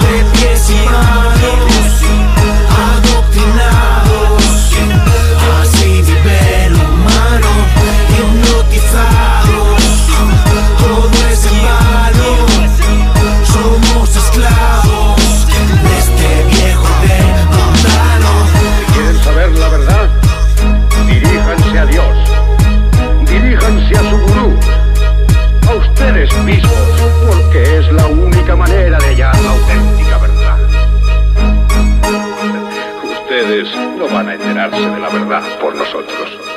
Speaker 13: de pies y manos, adoctrinados. Así vive el humano, hipnotizados. Todo es en vano, somos esclavos de este viejo demonio.
Speaker 14: ¿Quieren saber la verdad? Diríjanse a Dios. Diríjanse a su gurú. A ustedes mismos, porque es la única manera de hallar la auténtica verdad. Ustedes no van a enterarse de la verdad por nosotros.